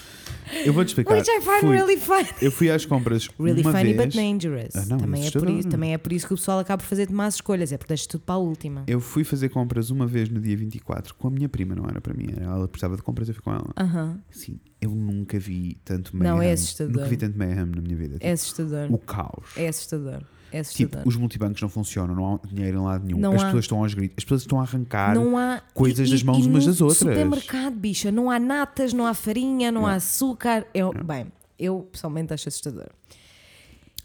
Eu vou-te explicar. Which I find Fui- really funny. Eu fui às compras Really uma funny vez. but dangerous. Ah, não, também, é por assustador. isso, também é por isso que o pessoal acaba por fazer de más escolhas, é porque deixa tudo para a última. Eu fui fazer compras uma vez no dia 24 com a minha prima, não era para mim, era ela precisava de compras, eu fui com ela. Aham, Sim, eu nunca vi tanto mayhem. Não, é assustador. Nunca vi tanto mayhem na minha vida. É assustador. Tipo, O caos. É assustador. É Tipo, assustador. os multibancos não funcionam, não há dinheiro em lado nenhum. Não as há. pessoas estão aos gritos, as pessoas estão a arrancar. não há coisas das mãos e umas no das outras. Supermercado, bicha, não há natas, não há farinha, não há açúcar. Eu, Bem, eu pessoalmente acho assustador.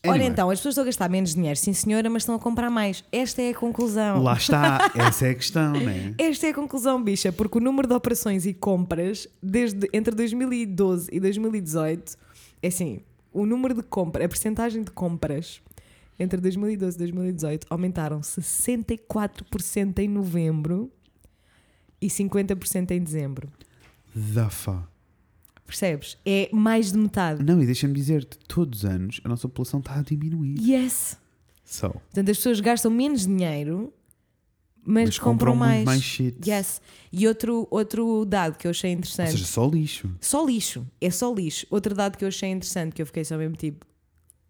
Olha Anyway. então, as pessoas estão a gastar menos dinheiro, sim senhora, mas estão a comprar mais. Esta é a conclusão. Lá está, essa é a questão, né? Esta é a conclusão, bicha, porque o número de operações e compras desde entre 2012 e 2018 é assim, o número de compras, a percentagem de compras entre 2012 e 2018 aumentaram 64% em novembro e 50% em dezembro. Dafa. Percebes? É mais de metade. Não, e deixa-me dizer-te, todos os anos a nossa população está a diminuir. Yes. Só. Portanto, as pessoas gastam menos dinheiro, mas, Mas compram, compram muito mais. mais shit. Yes. E outro, outro dado que eu achei Ou interessante. seja, só lixo. Só lixo, é só lixo. Outro dado que eu achei interessante, que eu fiquei só mesmo tipo,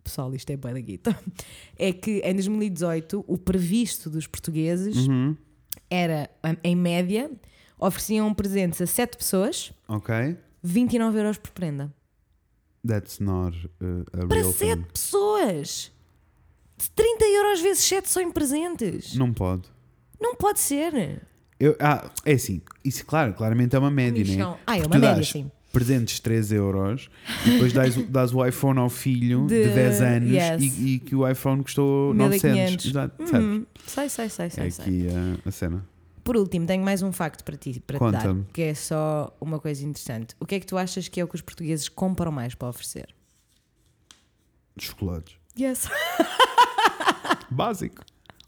pessoal, isto é bué da guita, é que em 2018 o previsto dos portugueses Uhum. era, em média, ofereciam presentes a 7 pessoas, Ok? 29 euros por prenda. That's not uh, a Para real 7 thing. pessoas! 30 euros vezes 7 só em presentes! Não pode. Não pode ser! Eu- ah, é assim, isso claro, claramente é uma média, né? Michão. Ah, é Porque uma tu média, dás sim. presentes 3 euros e depois dás, o- dás o iPhone ao filho de, De- 10 anos yes. e, e que o iPhone custou 900. 1500. Exato, sabes? Uhum. Sei, sei, sei, sei. É sei. aqui a, a cena. Por último, tenho mais um facto para ti, para te dar, Conta-me. que é só uma coisa interessante. O que é que tu achas que é o que os portugueses compram mais para oferecer? Chocolates. Yes. Básico.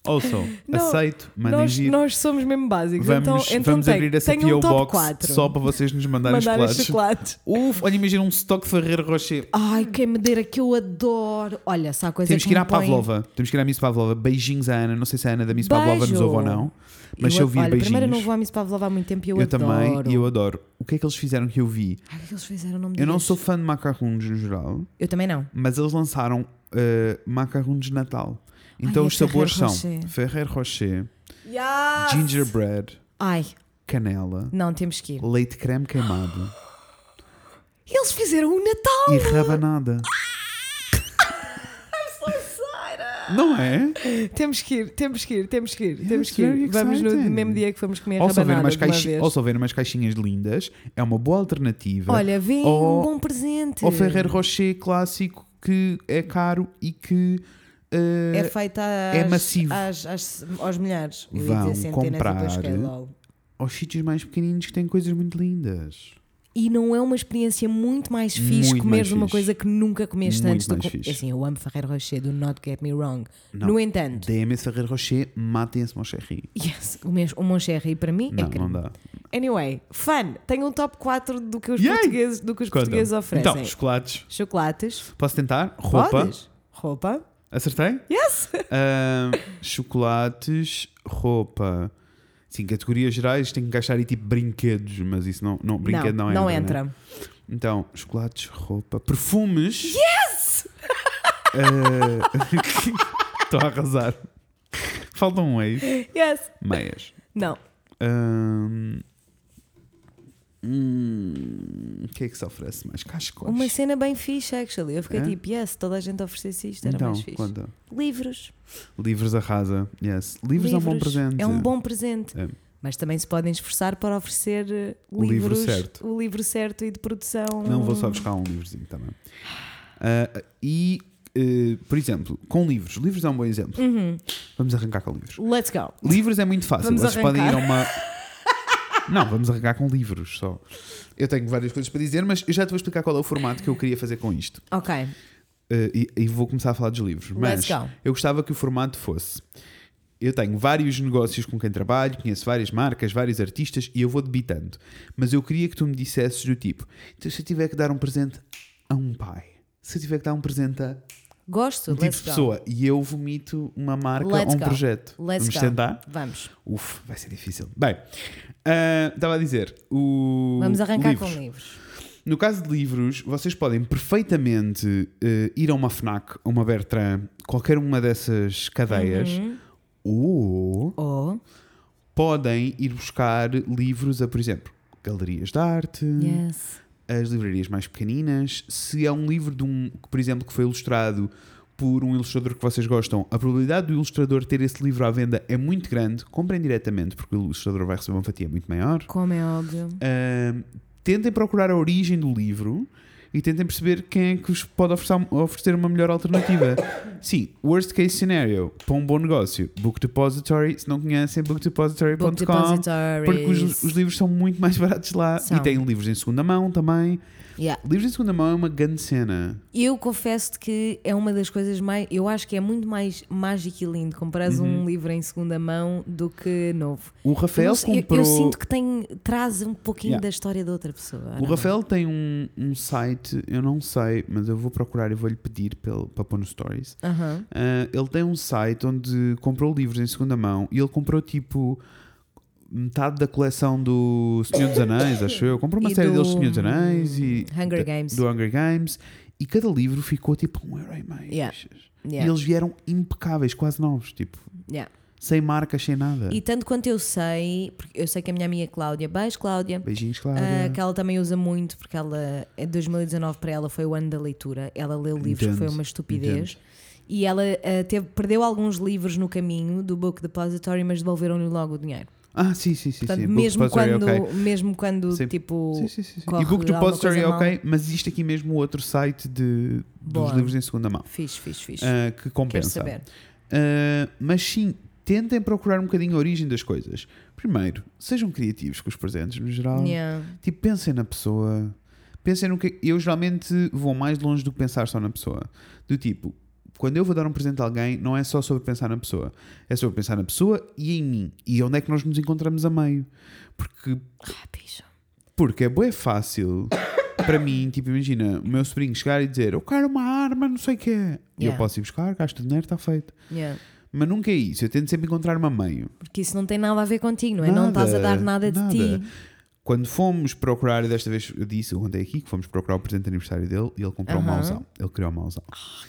Ouço, Não, aceito, mandem Nós, vir. nós somos mesmo básicos. Vamos, então, então vamos tem- abrir essa tem PO um top Box 4. só para vocês nos mandarem mandar os chocolates. chocolates. Uf, olha, imagina um estoque Ferreira Rocher. Ai, quem me dera que eu adoro. Olha, se há coisa Temos que ir me à põe- Pavlova. Temos que ir à Miss Pavlova. Beijinhos à Ana. Não sei se a Ana da Miss Beijo. Pavlova nos ouve ou não. Mas se eu vir olha, beijinhos. Primeiro, eu não vou à Miss Pavlova há muito tempo e eu, eu adoro. também e eu adoro. O que é que eles fizeram que eu vi? Ai, o que é que eles fizeram? Não me Eu não digas. sou fã de macarrons no geral, Eu também não. mas eles lançaram eh, macarrons de Natal. Então Ai, os é sabores Ferrero são Rocher. Ferrero Rocher, gingerbread, Ai, canela, não, temos que ir. leite creme queimado Eles fizeram o Natal! e rabanada. Não é? Temos que ir, temos que ir, temos que ir, temos it's que ir. very Vamos no exciting. mesmo dia que fomos comer Ou se houver rabanada umas de uma caixi- vez. ou se houver umas caixinhas lindas, é uma boa alternativa. Olha, vem Ou- um bom presente. Ou Ferreiro Rocher clássico que é caro e que eh, é feita às, é massivo. às- às- aos milhares. Eu ia Vão dizer centenas, comprar. depois fiquei logo. aos sítios mais pequeninos que têm coisas muito lindas. E não é uma experiência muito mais fixe Muito comeres mais uma fixe. coisa que nunca comeste Muito antes do mais co- fixe. Assim, eu amo Ferreiro Rocher, do Not Get Me Wrong. Não. No entanto, DM Ferreiro Rocher, matem-se, mon chéri. yes, o, mes- o Moncherry para mim é Não, creme. não dá. Anyway, fun, tenho um top 4 do que os Yay! portugueses, do que os Conta-me. portugueses oferecem. Então, chocolates. Chocolates, Posso tentar? Roupa. podes? Roupa. Acertei? Yes! Ahm, chocolates, roupa. Sim, categorias gerais tem que encaixar e tipo brinquedos, mas isso não, não brinquedo não, não entra. né? entra. Então, chocolates, roupa, perfumes. Yes! Estou a arrasar. Falta um ex. Yes! Meias. Não. Ahm, hum, o que é que se oferece mais? Cascos. Uma cena bem fixe, actually. Eu fiquei É? tipo, yes, toda a gente oferecesse isto, era então, mais fixe. conta. Livros. Livros arrasa. Yes. Livros, é um bom presente. É um bom presente. É. Mas também se podem esforçar para oferecer eh, O livro livros, certo. o livro certo e de produção. Não vou só buscar um livrozinho também. Ah, e, eh, por exemplo, com livros. Livros é um bom exemplo. Vamos arrancar com livros. Uhum. Let's go. Livros é muito fácil. Vamos Vocês podem ir a arrancar. uma. Não, vamos arrancar com livros só. Eu tenho várias coisas para dizer, mas eu já te vou explicar qual é o formato que eu queria fazer com isto. Ok. Uh, e, e vou começar a falar dos livros. Mas Let's go. eu gostava que o formato fosse. Eu tenho vários negócios com quem trabalho, conheço várias marcas, vários artistas e eu vou debitando. Mas eu queria que tu me dissesses do tipo: então, se eu tiver que dar um presente a um pai, se eu tiver que dar um presente a Gosto. um tipo Let's de go. pessoa e eu vomito uma marca Let's ou um go. projeto, Let's vamos go. tentar? Vamos. Uf, vai ser difícil. Bem, ah, estava a dizer: o Vamos arrancar livros. com livros. No caso de livros, vocês podem perfeitamente eh, ir a uma FNAC, a uma Bertrand, qualquer uma dessas cadeias, Uhum. ou Oh, podem ir buscar livros a, por exemplo, galerias de arte, yes. as livrarias mais pequeninas. Se é um livro de um, que, por exemplo, que foi ilustrado por um ilustrador que vocês gostam, a probabilidade do ilustrador ter esse livro à venda é muito grande. Comprem diretamente, porque o ilustrador vai receber uma fatia muito maior. Como é óbvio. Ahm, tentem procurar a origem do livro e tentem perceber quem é que vos pode oferecer, oferecer uma melhor alternativa. Sim, worst case scenario, para um bom negócio, Book Depository, se não conhecem, Book bookdepository.com, depositories. porque os, os livros são muito mais baratos lá e São. têm livros em segunda mão também. Yeah. Livros em segunda mão é uma grande cena. Eu confesso-te que é uma das coisas mais. Eu acho que é muito mais mágico e lindo comprares um livro em segunda mão do que novo. O Eu, Uhum. Rafael não sei- eu- comprou. eu sinto que tem, traz um pouquinho Yeah. da história de outra pessoa. é? O Rafael tem um, um site, eu não sei, mas eu vou procurar e vou-lhe pedir pelo- para pôr no Stories. Aham. Ah, ele tem um site onde comprou livros em segunda mão e ele comprou tipo metade da coleção do Senhor dos Anéis, acho eu. Comprou uma E série do, deles do Senhor dos Anéis e Hunger da- Games. do Hunger Games e cada livro ficou tipo um euro e meio. Yeah. bichas. E Yeah, eles vieram impecáveis, quase novos, tipo, yeah. sem marcas, sem nada. E tanto quanto eu sei, porque eu sei que a minha amiga Cláudia, beijo Cláudia, Beijinhos, claro. ah, que ela também usa muito, porque ela, em 2019 para ela foi o ano da leitura, ela leu livros, Entendo, foi uma estupidez. E ela ah, teve- perdeu alguns livros no caminho do Book Depository, mas devolveram-lhe logo o dinheiro. Ah, sim, sim, sim. Portanto, sim. Book mesmo, repository, quando, ok. mesmo quando, Sim. tipo, Sim, sim, sim, sim. corre E Book alguma Depository, coisa ok, mas existe aqui mesmo outro site de, dos Boa. livros em segunda mão Fiz, fiz, fiz. ah, que Quero compensa. saber. Uh, mas sim, tentem procurar um bocadinho a origem das coisas. Primeiro, sejam criativos com os presentes no geral. Yeah. Tipo, pensem na pessoa. Pensem no que. é, Eu geralmente vou mais longe do que pensar só na pessoa. Do tipo, quando eu vou dar um presente a alguém, não é só sobre pensar na pessoa. É sobre pensar na pessoa e em mim. E onde é que nós nos encontramos a meio. Porque Ah, bicho. porque é bué fácil para mim, tipo, imagina o meu sobrinho chegar e dizer eu quero uma arma, não sei o quê. E eu Yeah. posso ir buscar, gasto dinheiro, está feito. Yeah. Mas nunca é isso, eu tento sempre encontrar uma meio. Porque isso não tem nada a ver contigo, não é? não estás a dar nada de ti. Quando fomos procurar, e desta vez eu disse, eu contei aqui, que fomos procurar o presente de aniversário dele e ele comprou um Aham. Ah, mauzão. Ele criou um mauzão.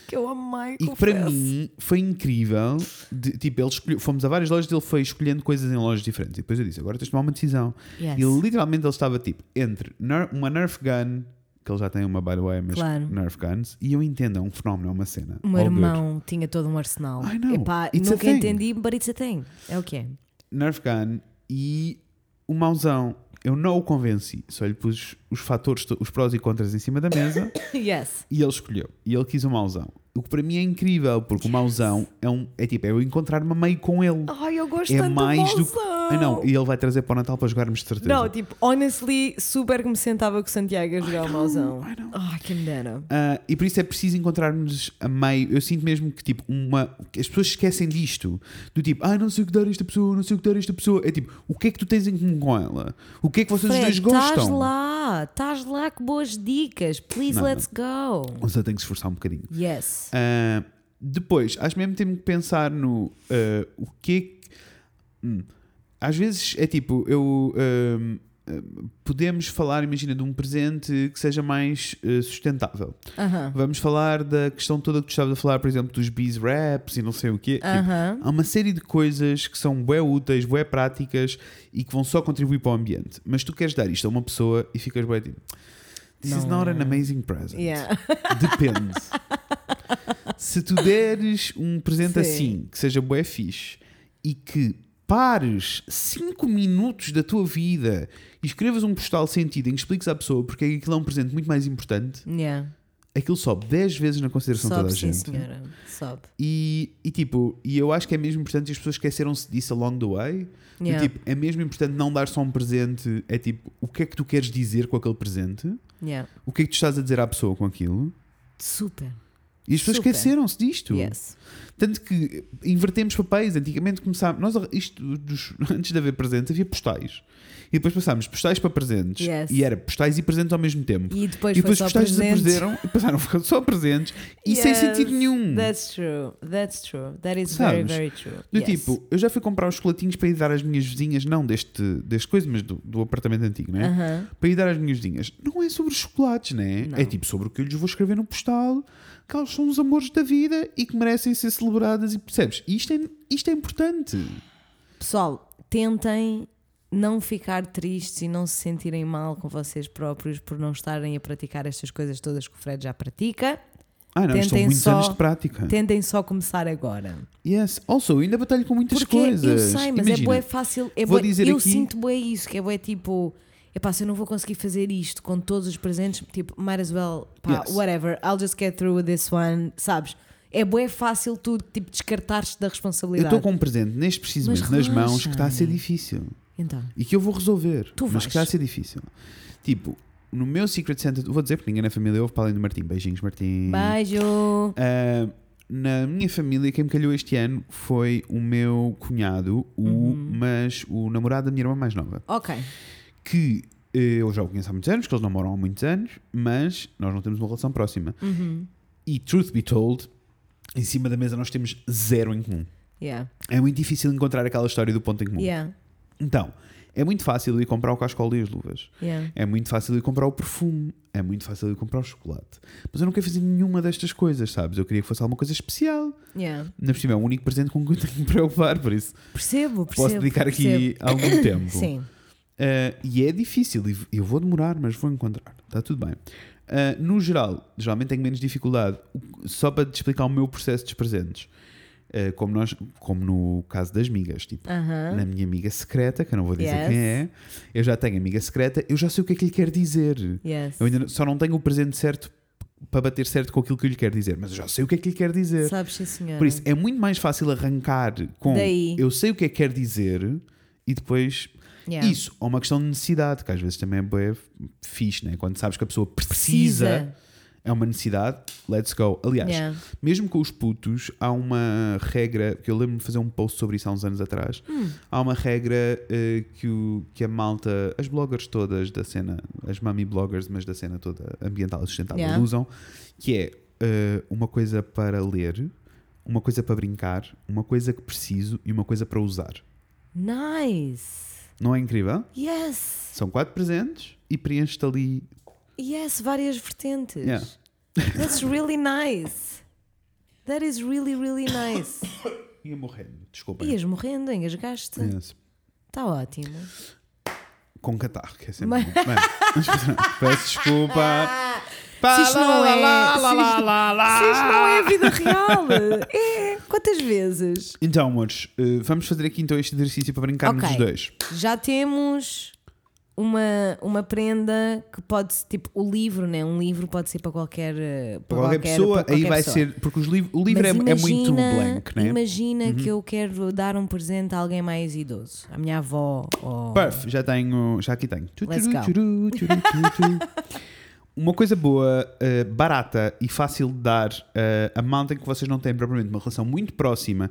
Que eu amei, E que para mim foi incrível. de- tipo, ele escolheu, fomos a várias lojas e ele foi escolhendo coisas em lojas diferentes. E depois eu disse: agora tens de tomar uma decisão. Yes. E literalmente ele estava tipo entre ner- uma Nerf Gun, que ele já tem uma, by the way, mas Claro. Nerf Guns, e eu entendo, é um fenómeno, é uma cena. O meu All good. irmão tinha todo um arsenal. I know. Epá, It's a nunca thing. entendi, but it's a thing. É o que é. Nerf Gun e o mauzão. Eu não o convenci, só lhe pus os fatores, to- os prós e contras em cima da mesa. Yes. E ele escolheu. E ele quis o mauzão. O que para mim é incrível, porque o mauzão é um. É tipo, é eu encontrar-me a meio com ele. Ai, eu gosto é Oh, tanto mais do do que. mauzão. Ah, não, é e ele vai trazer para o Natal para jogarmos de certeza. Não, tipo, honestly, super que me sentava com o Santiago a jogar o mauzão. I know. Ai, que me dera. Ah, e por isso é preciso encontrarmos a meio. Eu sinto mesmo que tipo uma que as pessoas esquecem disto, do tipo, ai, não sei o que dar a esta pessoa, não sei o que dar a esta pessoa. É tipo, o que é que tu tens em comum com ela? O que é que vocês Fred, os dois Estás gostam? lá, estás lá com boas dicas. Please, Não, let's go. Ou seja, tem que se esforçar um bocadinho. Yes. Ah, depois, acho mesmo que temos que pensar no ah, o que é que. Hum. às vezes é tipo, eu. ahm, ahm, podemos falar, imagina, de um presente que seja mais ah, sustentável. Aham. Vamos falar da questão toda que tu estavas a falar, por exemplo, dos bees wraps e não sei o quê. Tipo, Aham. há uma série de coisas que são bué úteis, bué práticas e que vão só contribuir para o ambiente. Mas tu queres dar isto a uma pessoa e ficas bué tipo... This is Não not é. an amazing present. Yeah. Depende. Se tu deres um presente Sim. assim, que seja bué fixe, e que pares 5 minutos da tua vida e escrevas um postal sentido em que expliques à pessoa porque é que aquilo é um presente muito mais importante, Yeah. aquilo sobe 10 vezes na consideração de toda Sobe, a sim, gente. senhora. Sobe. E, e tipo, e eu acho que é mesmo importante as pessoas esqueceram-se disso along the way. Do Yeah. tipo, é mesmo importante não dar só um presente, é tipo, o que é que tu queres dizer com aquele presente? Yeah. O que é que tu estás a dizer à pessoa com aquilo? Super. E as pessoas Super. esqueceram-se disto. Yes. Tanto que invertemos papéis. Antigamente começámos. Nós, isto, dos- antes de haver presentes, havia postais. E depois passámos de postais para presentes. Yes. E era postais e presentes ao mesmo tempo. E depois e foi depois só postais presentes. desapareceram e passaram a ficar só presentes. E sem Yes, sentido nenhum. That's true. That's true. That is very, Sabes? very true. Do Yes. tipo, eu já fui comprar uns chocolatinhos para ir dar às minhas vizinhas, não deste, deste coisa, mas do, do apartamento antigo, né? Aham. Para ir dar às minhas vizinhas. Não é sobre os chocolates, né? Não. É tipo sobre o que eu lhes vou escrever no postal, que elas são os amores da vida e que merecem ser celebradas e percebes? E Isto é, isto é importante. Pessoal, tentem não ficar tristes e não se sentirem mal com vocês próprios por não estarem a praticar estas coisas todas que o Fred já pratica. Ah, não, isto são Tentem muitos só- anos de prática. Tentem só começar agora. Yes. Also, ainda batalho com muitas Porque coisas. eu sei, mas é Imagina, bué fácil. É vou bué- dizer eu aqui- sinto bué isso, que é bué tipo. Epá, se eu não vou conseguir fazer isto com todos os presentes, tipo, might as well, pá, Yes. whatever, I'll just get through with this one, sabes? É bué fácil tu, tipo, descartares-te da Eu responsabilidade. estou com um presente neste preciso Mas momento nas mãos que está a ser relaxem. difícil. Então, e que eu vou resolver. Tu mas vais. que está a ser difícil. Tipo, no meu Secret Santa, vou dizer porque ninguém na família ouve para além do Martim. Beijinhos, Martim. beijo! Ah, na minha família, quem me calhou este ano foi o meu cunhado, o, Uhum. mas o namorado da minha irmã mais nova. Ok, Que eh, eu já o conheço há muitos anos, que eles namoram há muitos anos, mas nós não temos uma relação próxima. Uhum. E truth be told, em cima da mesa nós temos zero em comum. yeah, É muito difícil encontrar aquela história do ponto em comum. yeah, Então, é muito fácil ir comprar o cascol e as luvas. yeah. É muito fácil ir comprar o perfume, é muito fácil ir comprar o chocolate. Mas eu não quero fazer nenhuma destas coisas, sabes? Eu queria que fosse alguma coisa especial. Yeah. Na cima é o único presente com que eu tenho que me preocupar, por isso Percebo, percebo. posso dedicar percebo. aqui algum tempo. Sim, Ah, e é difícil, e v- eu vou demorar, mas vou encontrar. Está tudo bem. Ah, no geral, geralmente tenho menos dificuldade. O- Só para te explicar o meu processo dos presentes. eh, como, nós, como no caso das migas. Tipo, Aham. na minha amiga secreta, que eu não vou dizer Yes. quem é, eu já tenho amiga secreta, eu já sei o que é que lhe quero dizer. Yes. Eu ainda não- só não tenho o presente certo para bater certo com aquilo que eu lhe quero dizer, mas eu já sei o que é que lhe quero dizer. Sabes, sim, senhora. Por isso, é muito mais fácil arrancar com Daí. eu sei o que é que quero dizer e depois. Yeah. Isso, ou uma questão de necessidade, que às vezes também é bué fixe, né? quando sabes que a pessoa precisa, Precisa. é uma necessidade, let's go. Aliás, Yeah. mesmo com os putos, há uma regra, que eu lembro-me de fazer um post sobre isso há uns anos atrás, há uma regra eh, que, o, que a malta, as bloggers todas da cena, as mami bloggers, mas da cena toda ambiental e sustentável, Yeah. usam, que é eh, uma coisa para ler, uma coisa para brincar, uma coisa que preciso e uma coisa para usar. Nice. Não é incrível? Yes. São quatro presentes e preenches-te ali. Yes, várias vertentes. Yeah. That's really nice. That is really, really nice. Ia morrendo, desculpa. Ias morrendo, engasgaste. Yes. Está ótimo. Com catarro, que é sempre. bom. Bem, peço desculpa. Ah, Pá, Se isto lá, não lá, é- lá, lá, se lá, isto- lá, lá. se isto não é Ah. vida real. É. Quantas vezes? Então, amores, eh, vamos fazer aqui então este exercício para brincarmos Ok. os dois. Já temos uma, uma prenda que pode ser, tipo, o livro, né? Um livro pode ser para qualquer, eh, Para para qualquer, pessoa, para aí qualquer vai pessoa. ser. Porque os liv- o livro é, Mas é muito imagina- blank, né? Imagina que eu quero dar um presente a alguém mais idoso, à minha avó. Ou... Puff, já tenho. Já aqui tenho. Tu, Let's turu, go. turu, turu, turu, turu. Uma coisa boa, eh, barata e fácil de dar eh, a malta em que vocês não têm propriamente uma relação muito próxima,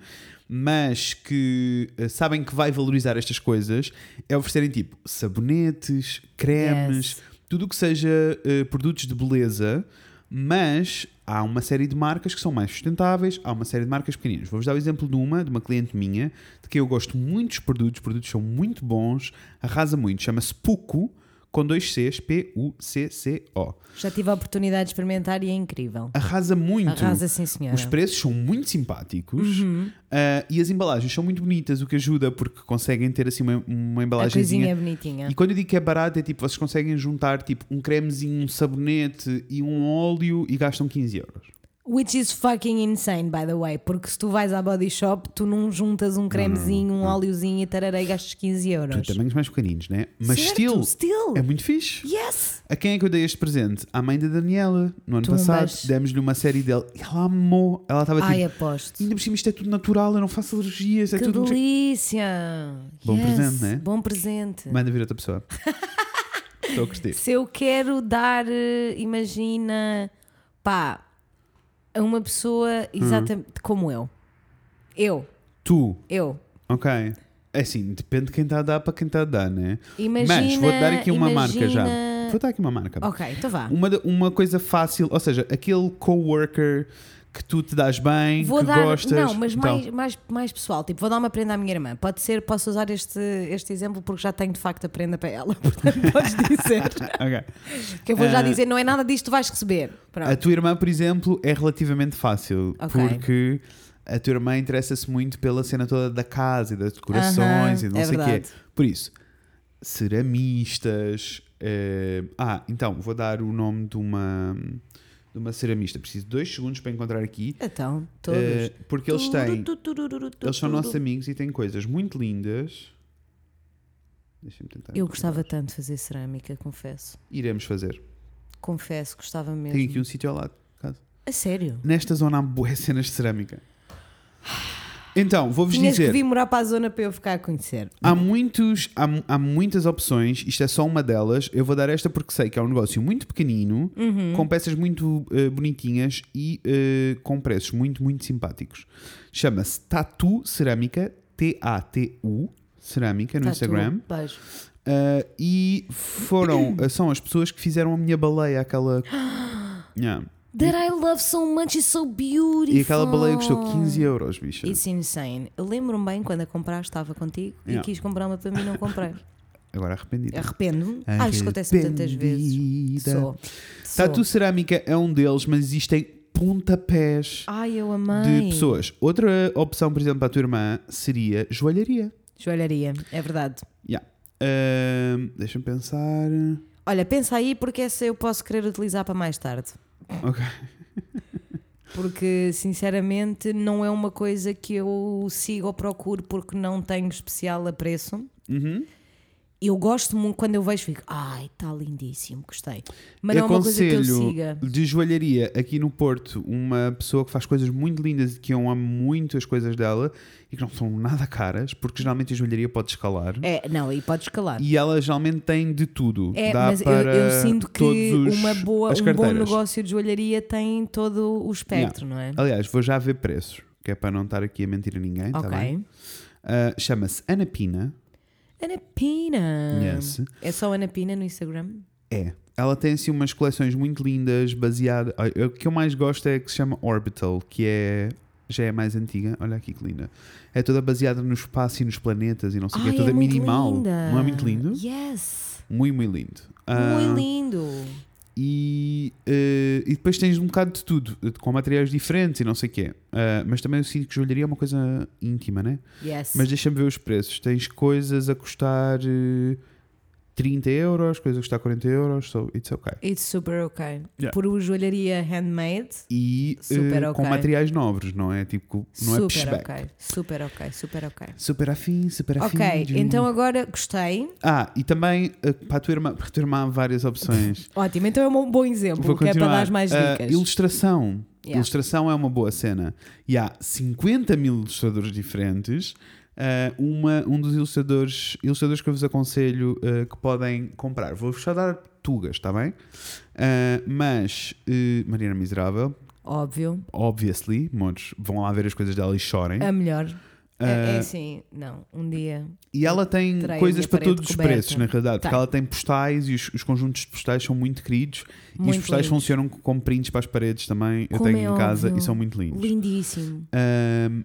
mas que eh, sabem que vai valorizar estas coisas, é oferecerem tipo sabonetes, cremes, Yes. tudo o que seja eh, produtos de beleza, mas há uma série de marcas que são mais sustentáveis, há uma série de marcas pequeninas. Vou-vos dar o exemplo de uma, de uma cliente minha, de que eu gosto muito dos produtos, os produtos são muito bons, arrasa muito, chama-se Puco, com dois Cs, P-U-C-C-O. Já tive a oportunidade de experimentar e é incrível. Arrasa Ah, muito. Arrasa, sim, senhora. Os preços são muito simpáticos Uhum. ah, e as embalagens são muito bonitas, o que ajuda porque conseguem ter assim uma, uma A coisinha é embalagenzinha. bonitinha. E quando eu digo que é barato, é tipo, vocês conseguem juntar tipo um cremezinho, um sabonete e um óleo e gastam 15 euros. Which is fucking insane, by the way, porque se tu vais à body shop, tu não juntas um cremezinho, um óleozinho e tararei e gastas 15 euros. Tamanhos mais pequeninos, né? Mas Certo, still, still. é muito fixe. Yes! A quem é que eu dei este presente? À mãe da Daniela, no ano Tumbas. passado. Demos-lhe uma série dela e ela amou. Ela estava tipo, Ai, aposto. ainda por cima isto é tudo natural, eu não faço alergias, é Que tudo. não sei- delícia! Bom Yes, presente, né? Bom presente. Manda vir outra pessoa. Estou a curtir. Se eu quero dar, eh, imagina, pá, a uma Hum. pessoa exatamente como eu. Eu, Tu, eu. ok. É assim, depende de quem está a dar para quem está a dar, né? Imagina, Mas vou-te dar aqui uma marca já. imagina- Vou dar aqui uma marca. Ok, então vá. Uma, da- uma coisa fácil, ou seja, aquele coworker que tu te dás bem, Vou que dar, gostas. não, mas Então, mais, mais, mais pessoal, tipo, vou dar uma prenda à minha irmã. Pode ser, posso usar este, este exemplo porque já tenho de facto a prenda para ela. Portanto, podes dizer. ok. que eu vou já Ah. dizer, não é nada disto que tu vais receber. A Pronto. tua irmã, por exemplo, é relativamente fácil, Ok. porque a tua irmã interessa-se muito pela cena toda da casa e das decorações e Aham, não é sei o quê. verdade. Por isso, ceramistas. eh, ah, então, vou dar o nome de uma, de uma ceramista. Preciso de dois segundos para encontrar aqui. Então, todos. eh, porque eles têm. Turu, turu, turu, turu, Eles são turu. nossos amigos e têm coisas muito lindas. Deixa-me tentar. Eu gostava tanto de fazer cerâmica, confesso. Iremos fazer. Confesso, gostava mesmo. Tem aqui um sítio ao lado. caso. A sério? Nesta zona há boas cenas de cerâmica. Então, vou-vos Tinhas que dizer. vir morar para a zona para eu ficar a conhecer. Há, muitos, há, mu- há muitas opções, isto é só uma delas. Eu vou dar esta porque sei que é um negócio muito pequenino, Uhum. com peças muito eh, bonitinhas e eh, com preços muito, muito simpáticos. Chama-se Tatu Cerâmica, T-A-T-U Cerâmica, no Tá Instagram. tudo. Beijo. Uh, e foram, uh, são as pessoas que fizeram a minha baleia, aquela. Yeah. That I love so much, it's so beautiful. E aquela baleia custou 15 euros, bicha. It's insane. Eu Lembro-me bem quando a comprar estava contigo Yeah. e quis comprar uma para mim e não comprei. Agora arrependido. Arrependo-me. Ah, isto acontece-me tantas vezes. Arrependida. Sou. Sou. Tatu Cerâmica é um deles, mas existem pontapés Ai, eu amei. de pessoas. Outra opção, por exemplo, para a tua irmã seria joalharia. Joalharia, é verdade. Yeah. Uh, Deixa-me pensar. Olha, pensa aí porque essa eu posso querer utilizar para mais tarde. Ok. Porque, sinceramente, não é uma coisa que eu sigo ou procuro porque não tenho especial apreço. Uhum. Eu gosto muito, quando eu vejo, fico, ai, está lindíssimo, gostei. Mas não é uma coisa que eu siga. de joalharia aqui no Porto uma pessoa que faz coisas muito lindas e que eu amo muito as coisas dela e que não são nada caras, porque geralmente a joalharia pode escalar. É, não, aí pode escalar. E ela geralmente tem de tudo. É, Dá mas eu, para eu sinto que todos os- uma boa, as um bom carteiras. negócio de joalharia tem todo o espectro, não é? Aliás, vou já ver preços, que é para não estar aqui a mentir a ninguém. tá Ok. bem? Ah, Chama-se Ana Pina. Ana Pina. Yes. É só Ana Pina no Instagram? É. Ela tem assim umas coleções muito lindas, baseadas. O que eu mais gosto é que se chama Orbital, que é. Já é mais antiga, olha aqui que linda. É toda baseada no espaço e nos planetas e não sei o que. É Ai, toda muito minimal. linda. Não é muito lindo? Yes. Muito, muito lindo. Ah, Muito lindo. E, eh, e depois tens um bocado de tudo, com materiais diferentes e não sei o quê. Ah, mas também eu sinto que joalharia é uma coisa íntima, né? Yes. Mas deixa-me ver os preços. Tens coisas a custar eh, 30 euros, coisas a custar 40 euros, so it's okay. It's super ok. Yeah. Por uma joalharia handmade, E eh, Super com ok. materiais novos, não é? Tipo, não é super pushback. ok. Super ok, super ok. Super afim, super afim. Ok, de- então agora gostei. Ah, e também eh, para a tua irmã, para a tua irmã há várias opções. Ótimo, então é um bom exemplo, Vou que é para continuar. dar mais Ah, dicas. ilustração. Yeah. Ilustração é uma boa cena. E há 50 mil ilustradores diferentes. Ah, uma, um dos ilustradores, ilustradores que eu vos aconselho ah, que podem comprar. Vou-vos só dar tugas, está bem? Ah, mas eh, Mariana Miserável, Óbvio. obviously, modos, vão lá ver as coisas dela e chorem. A melhor. É, é Ah, assim, não, um dia. E ela tem Terei a coisas minha para parede todos os coberta. Tá. preços, na realidade, porque Tem. ela tem postais e os, os conjuntos de postais são muito queridos e Muito os postais lindos. funcionam como prints para as paredes também. Eu Como tenho é em casa óbvio. e são muito lindos. Lindíssimo. Ahm,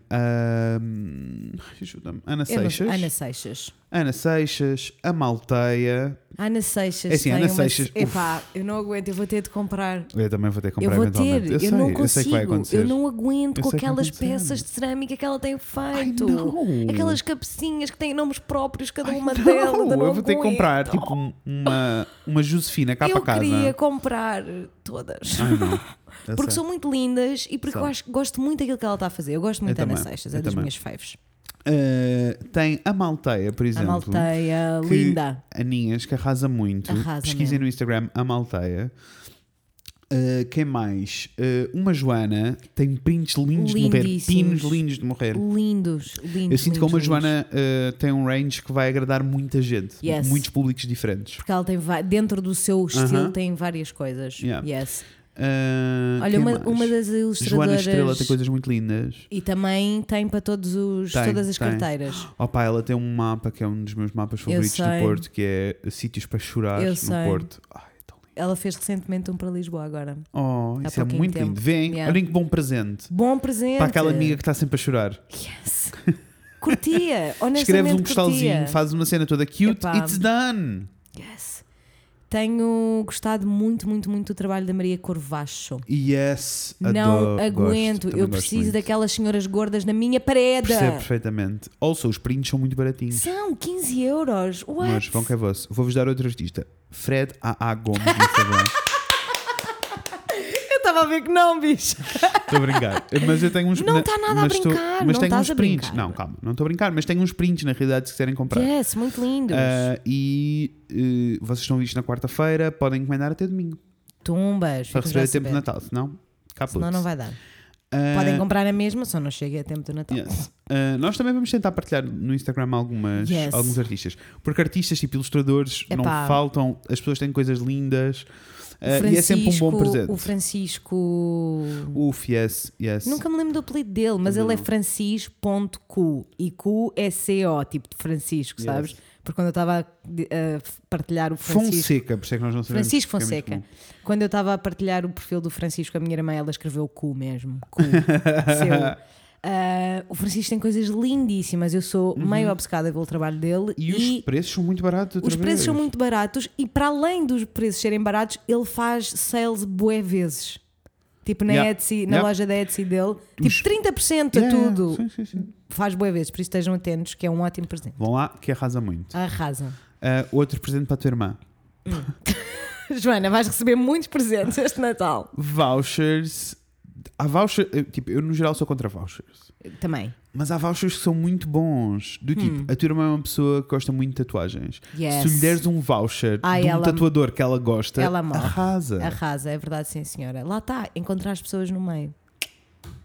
ahm, ajuda-me. Ana Eu não sei- Seixas. Ana Seixas. Ana Seixas, a Malteia. Ana Seixas. É assim, tem Ana uma- Seixas, Epá, eu não aguento, eu vou ter de comprar. Eu também vou ter que Eu comprar vou eventualmente. ter, eu, eu, sei, não eu sei que consigo, vai eu, acontecer. não aguento Eu com sei que vai aquelas acontecer. peças de cerâmica que ela tem feito, não. aquelas cabecinhas que têm nomes próprios, cada Ai, uma não, delas. eu não eu vou ter que comprar aguento. tipo um- uma, uma Josefina cá Eu para casa. Ah, tá queria comprar todas. Ai, não. É Eu Porque sei. são muito lindas e porque eu São. acho, gosto muito daquilo que ela está a fazer. Eu gosto muito Eu da Ana também, Seixas, eu é das também. minhas faves. Ah, tem a Malteia, por A exemplo. Malteia, que- linda. Aninhas, que arrasa muito. Arrasa Pesquisem mesmo. no Instagram a Malteia. Ah, quem mais? Ah, uma Joana tem prints lindos de morrer. Lindíssimos. Pinos lindos de morrer. Lindos, lindos. é- Eu sinto que lindos, como a lindos. Joana eh, tem um range que vai agradar muita gente, Yes. muitos públicos diferentes. Porque ela tem va- dentro do seu estilo Aham. tem várias coisas. Yeah. Yes. Ah, Olha, quem uma, mais? uma das Joana ilustradoras. Estrela tem coisas muito lindas. E também tem para todos os, Tem, todas as tem. carteiras. Opa, ela tem um mapa que é um dos meus mapas favoritos do sei. Porto, que é Sítios para Chorar Eu no sei. Porto. Ai, é tão lindo. Ela fez recentemente um para Lisboa agora. Oh, Há isso é pouquinho muito tempo. lindo. Vem, Yeah. olhem que bom presente. Bom presente. Para aquela amiga que está sempre a chorar. Yes. Curtia, honestamente. Escreves um curtia. postalzinho, fazes uma cena toda cute, Epá. it's done! Yes. Tenho gostado muito, muito, muito do trabalho da Maria Corvacho. Yes, Não adoro, aguento, gosto, também eu gosto preciso muito. daquelas senhoras gordas na minha parede. Percebo perfeitamente. Also, os prints são muito baratinhos. São 15 euros. What? Mas vão que é vosso. Vou-vos dar outro artista. Fred A.A. Gomes no Instagram. Eu estava a ver que não, bicho. Estou a brincar. Mas eu tenho uns Não tá nada a mas estou- brincar, Mas não tenho estás uns a prints. brincar. Não, calma. Não estou a brincar, mas tenho uns prints na realidade se quiserem comprar. Yes, muito lindos. Ah, e eh, vocês estão vistos na quarta-feira, podem encomendar até domingo. Tumbas. Para fico receber já a a tempo de saber. Natal, senão. Caput. Senão não vai dar. Ah, Podem comprar a mesma, só não chega a tempo do Natal. Yes. Ah, nós também vamos tentar partilhar no Instagram algumas, Yes. alguns artistas. Porque artistas, tipo ilustradores, não Epá. faltam, as pessoas têm coisas lindas O ah, e é sempre um bom Francisco- presente. O Francisco. Uf, yes, yes. Nunca me lembro do apelido dele, mas ele é Francis.cu e Q é C-O, tipo de Francisco, Yes. sabes? Porque quando eu estava a, a partilhar o Francisco. Fonseca, por isso é que nós não sabemos. Francisco porque é muito Fonseca. comum. Quando eu estava a partilhar o perfil do Francisco, a minha irmã, ela escreveu cu mesmo. Cu. Seu. Ah, o Francisco tem coisas lindíssimas. Eu sou meio obcecada pelo trabalho dele Uhum. E e, os preços são muito baratos. outra os preços são vez. muito baratos. E para além dos preços serem baratos, ele faz sales bué vezes. Tipo na Yeah. Etsy, na Yeah. loja da Etsy dele, Os- tipo 30% a Yeah, yeah, tudo. Sim, sim, sim. Faz bué vezes, por isso estejam atentos, que é um ótimo presente. Vão lá, que arrasa muito. Arrasa. Ah, outro presente para a tua irmã. Joana, vais receber muitos presentes este Natal. Vouchers Há vouchers, eu, tipo, eu no geral sou contra vouchers. Também. Mas há vouchers que são muito bons. Do tipo, a tua irmã é uma pessoa que gosta muito de tatuagens. Hum. Yes. Se tu lhe deres um voucher Ai, de um ela- tatuador que ela gosta, Ela morre. arrasa. Arrasa, é verdade, sim, senhora. Lá está, encontrar as pessoas no meio.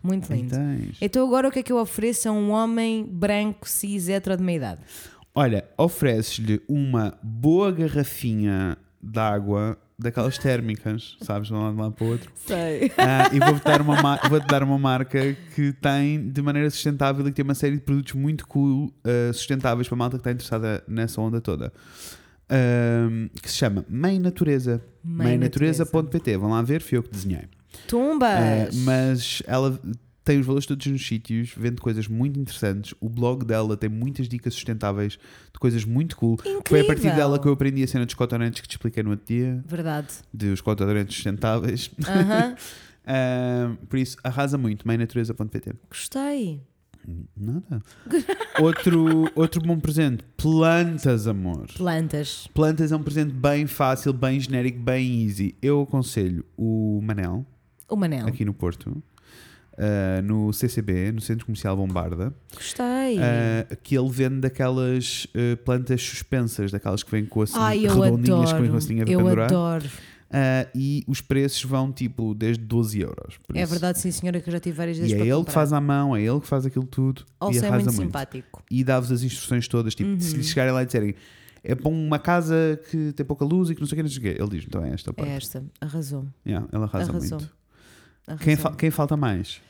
Muito Aí lindo. tens. Então agora o que é que eu ofereço a um homem branco, cis, hetero de meia idade? Olha, ofereces-lhe uma boa garrafinha de água daquelas térmicas, sabes, de um lado lá para o outro. Sei. Ah, e vou-te dar, uma ma- vou-te dar uma marca que tem de maneira sustentável e que tem uma série de produtos muito cool, ah, sustentáveis para a malta que está interessada nessa onda toda. Ahm, que se chama Mãe Natureza. Mãe Mãenatureza.pt. Vão lá ver, fui eu que desenhei. Ah, Tumbas! mas ela tem os valores todos nos sítios, vende coisas muito interessantes. O blog dela tem muitas dicas sustentáveis de coisas muito cool. Foi a partir Incrível! dela que eu aprendi a cena dos cotonantes que te expliquei no outro dia, Verdade. dos cotonantes sustentáveis. Aham. Ah, por isso, arrasa muito, mãenatureza.pt. Gostei. Nada. outro, outro bom presente, plantas, amor. Plantas. Plantas é um presente bem fácil, bem genérico, bem easy. Eu aconselho o Manel, O Manel. aqui no Porto, ah, no CCB, no Centro Comercial Bombarda, Gostei. ah, que ele vende daquelas ah, plantas suspensas, daquelas que vêm com a Ai, eu redondinhas, adoro. com assim a sininha para eu pendurar. adoro. Ah, e os preços vão tipo desde 12 euros. por É isso. verdade, sim, senhora, que eu já tive várias vezes E é para ele que comprar. faz à mão, é ele que faz aquilo tudo e Also é arrasa muito, muito. simpático. Uhum. E dá-vos as instruções todas, tipo, se lhe chegarem lá e disserem é para uma casa que tem pouca luz e que não sei o que, não sei o quê. Ele diz, então é esta É parte. esta. Arrasou. Yeah, ela arrasa Arrasou. muito. Arrasou. Quem, fa- quem falta mais?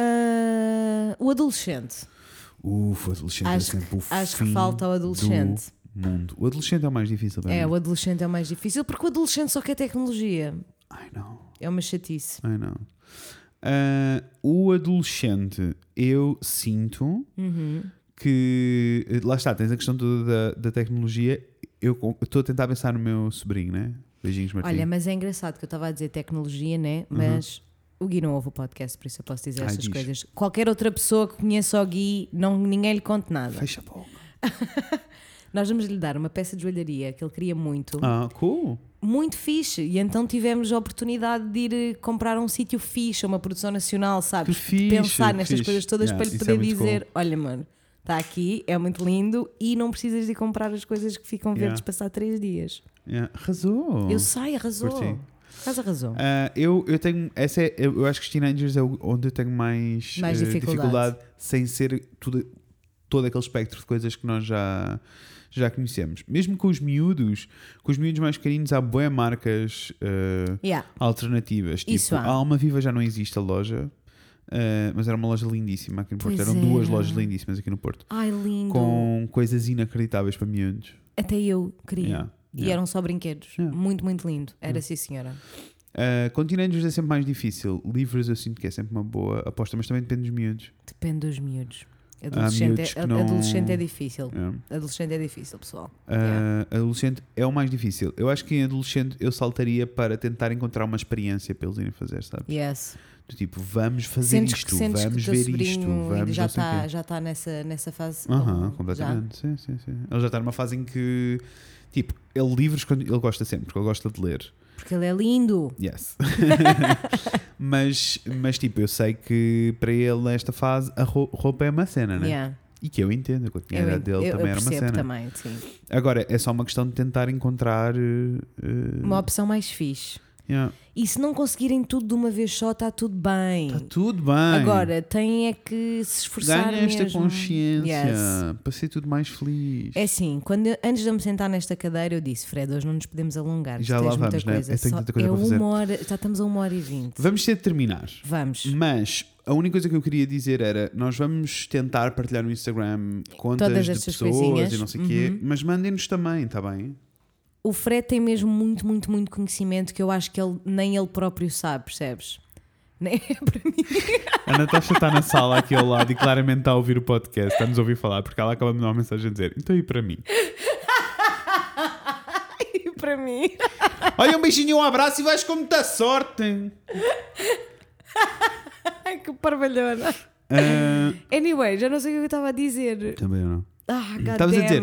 Ah, o adolescente. Uf, o adolescente Acho é sempre o acho que fim falta o do adolescente. mundo. O adolescente é o mais difícil para É, mim. o adolescente é o mais difícil porque o adolescente só quer tecnologia. Ai não. É uma chatice. Ai não. Ah, o adolescente, eu sinto Uhum. que. eh, Lá está, tens a questão toda da, da tecnologia. Eu com- eu estou a tentar pensar no meu sobrinho, né? Beijinhos, Martim. Olha, mas é engraçado que eu estava a dizer tecnologia, né? Mas o Gui não ouve o podcast, por isso eu posso dizer Uhum. Ai, essas diz. coisas. Qualquer outra pessoa que conheça o Gui, não, ninguém lhe conte nada. Fecha a boca. Nós vamos lhe dar uma peça de joalharia que ele queria muito, Ah, cool. muito fixe. E então tivemos a oportunidade de ir eh, comprar um sítio fixe, uma produção nacional, sabes? Que fixe, De Pensar que nestas fixe. coisas todas Yeah, para lhe isso é poder muito dizer: olha, mano, está aqui, é muito lindo e não precisas de comprar as coisas que ficam Yeah. verdes passar três dias. Yeah, Arrasou. Eu sei, arrasou. curti. Faz arrasou. Ah, eu, eu tenho. Essa é, eu eu acho que os teenagers é o- onde eu tenho mais, Mais eh, dificuldade. sem ser tudo, todo aquele espectro de coisas que nós já, já conhecemos. Mesmo com os miúdos, com os miúdos mais pequeninos, há boas marcas eh, Yeah. alternativas. Tipo, Isso há. A Alma Viva já não existe a loja, eh, mas era uma loja lindíssima aqui no Porto. Pois Eram duas era. lojas lindíssimas aqui no Porto, Ai, lindo. com coisas inacreditáveis para miúdos. Até eu queria. Yeah, E yeah. eram só brinquedos. Yeah. Muito, muito lindo. Era sim, senhora. Uh, Continentes é sempre mais difícil. Livros eu sinto que é sempre uma boa aposta, mas também depende dos miúdos. Depende dos miúdos. Adolescente, miúdos é, que não- adolescente é difícil. É. Adolescente é difícil, pessoal. Uh, Adolescente é o mais difícil. Eu acho que em adolescente eu saltaria para tentar encontrar uma experiência para eles irem fazer, sabe? Yes. Do tipo, vamos fazer Sentes que, isto, sentes vamos que o teu ver sobrinho isto, vamos já não sei o está quê. já tá nessa, nessa fase. Aham, Ou- completamente. Sim, sim, sim. Ele já está numa fase em que, tipo, ele livros quando- ele gosta sempre, porque ele gosta de ler. já. Porque ele é lindo. Yes. mas, mas, tipo, eu sei que para ele, nesta fase, a ro- roupa é uma cena, né? Yeah. E que eu entendo, que a Eu, dinheiro é en- dele eu- eu também era uma percebo cena. também, sim. Agora, é só uma questão de tentar encontrar. eh, eh, Uma opção mais fixe. yeah. E se não conseguirem tudo de uma vez só, está tudo bem. Tá tudo bem. Agora, têm é que se esforçar ganha esta mesmo. consciência Yes. para ser tudo mais feliz. É assim, quando eu- antes de eu me sentar nesta cadeira, eu disse: Fred, hoje não nos podemos alongar. Já tens lá muita vamos, né? coisa. Eu tenho Só- tanta coisa é para fazer." uma hora, já estamos a uma hora e vinte. Vamos ter de terminar. Vamos. Mas a única coisa que eu queria dizer era: nós vamos tentar partilhar no Instagram contas Todas de essas pessoas coisinhas. Uhum. e não sei o quê, mas mandem-nos também, está bem? O Fred tem mesmo muito, muito, muito conhecimento que eu acho que ele, nem ele próprio sabe, percebes? Nem é para mim. A Natasha está na sala aqui ao lado e claramente está a ouvir o podcast, está-nos a ouvir falar, porque ela acaba de mandar uma mensagem a dizer: então e para mim? E para mim. Olha, um beijinho, um abraço e vais com muita sorte! Ai, que parvalhona. Ah, Anyway, já não sei o que eu estava a dizer. Também não. Ah, Estavas a dizer,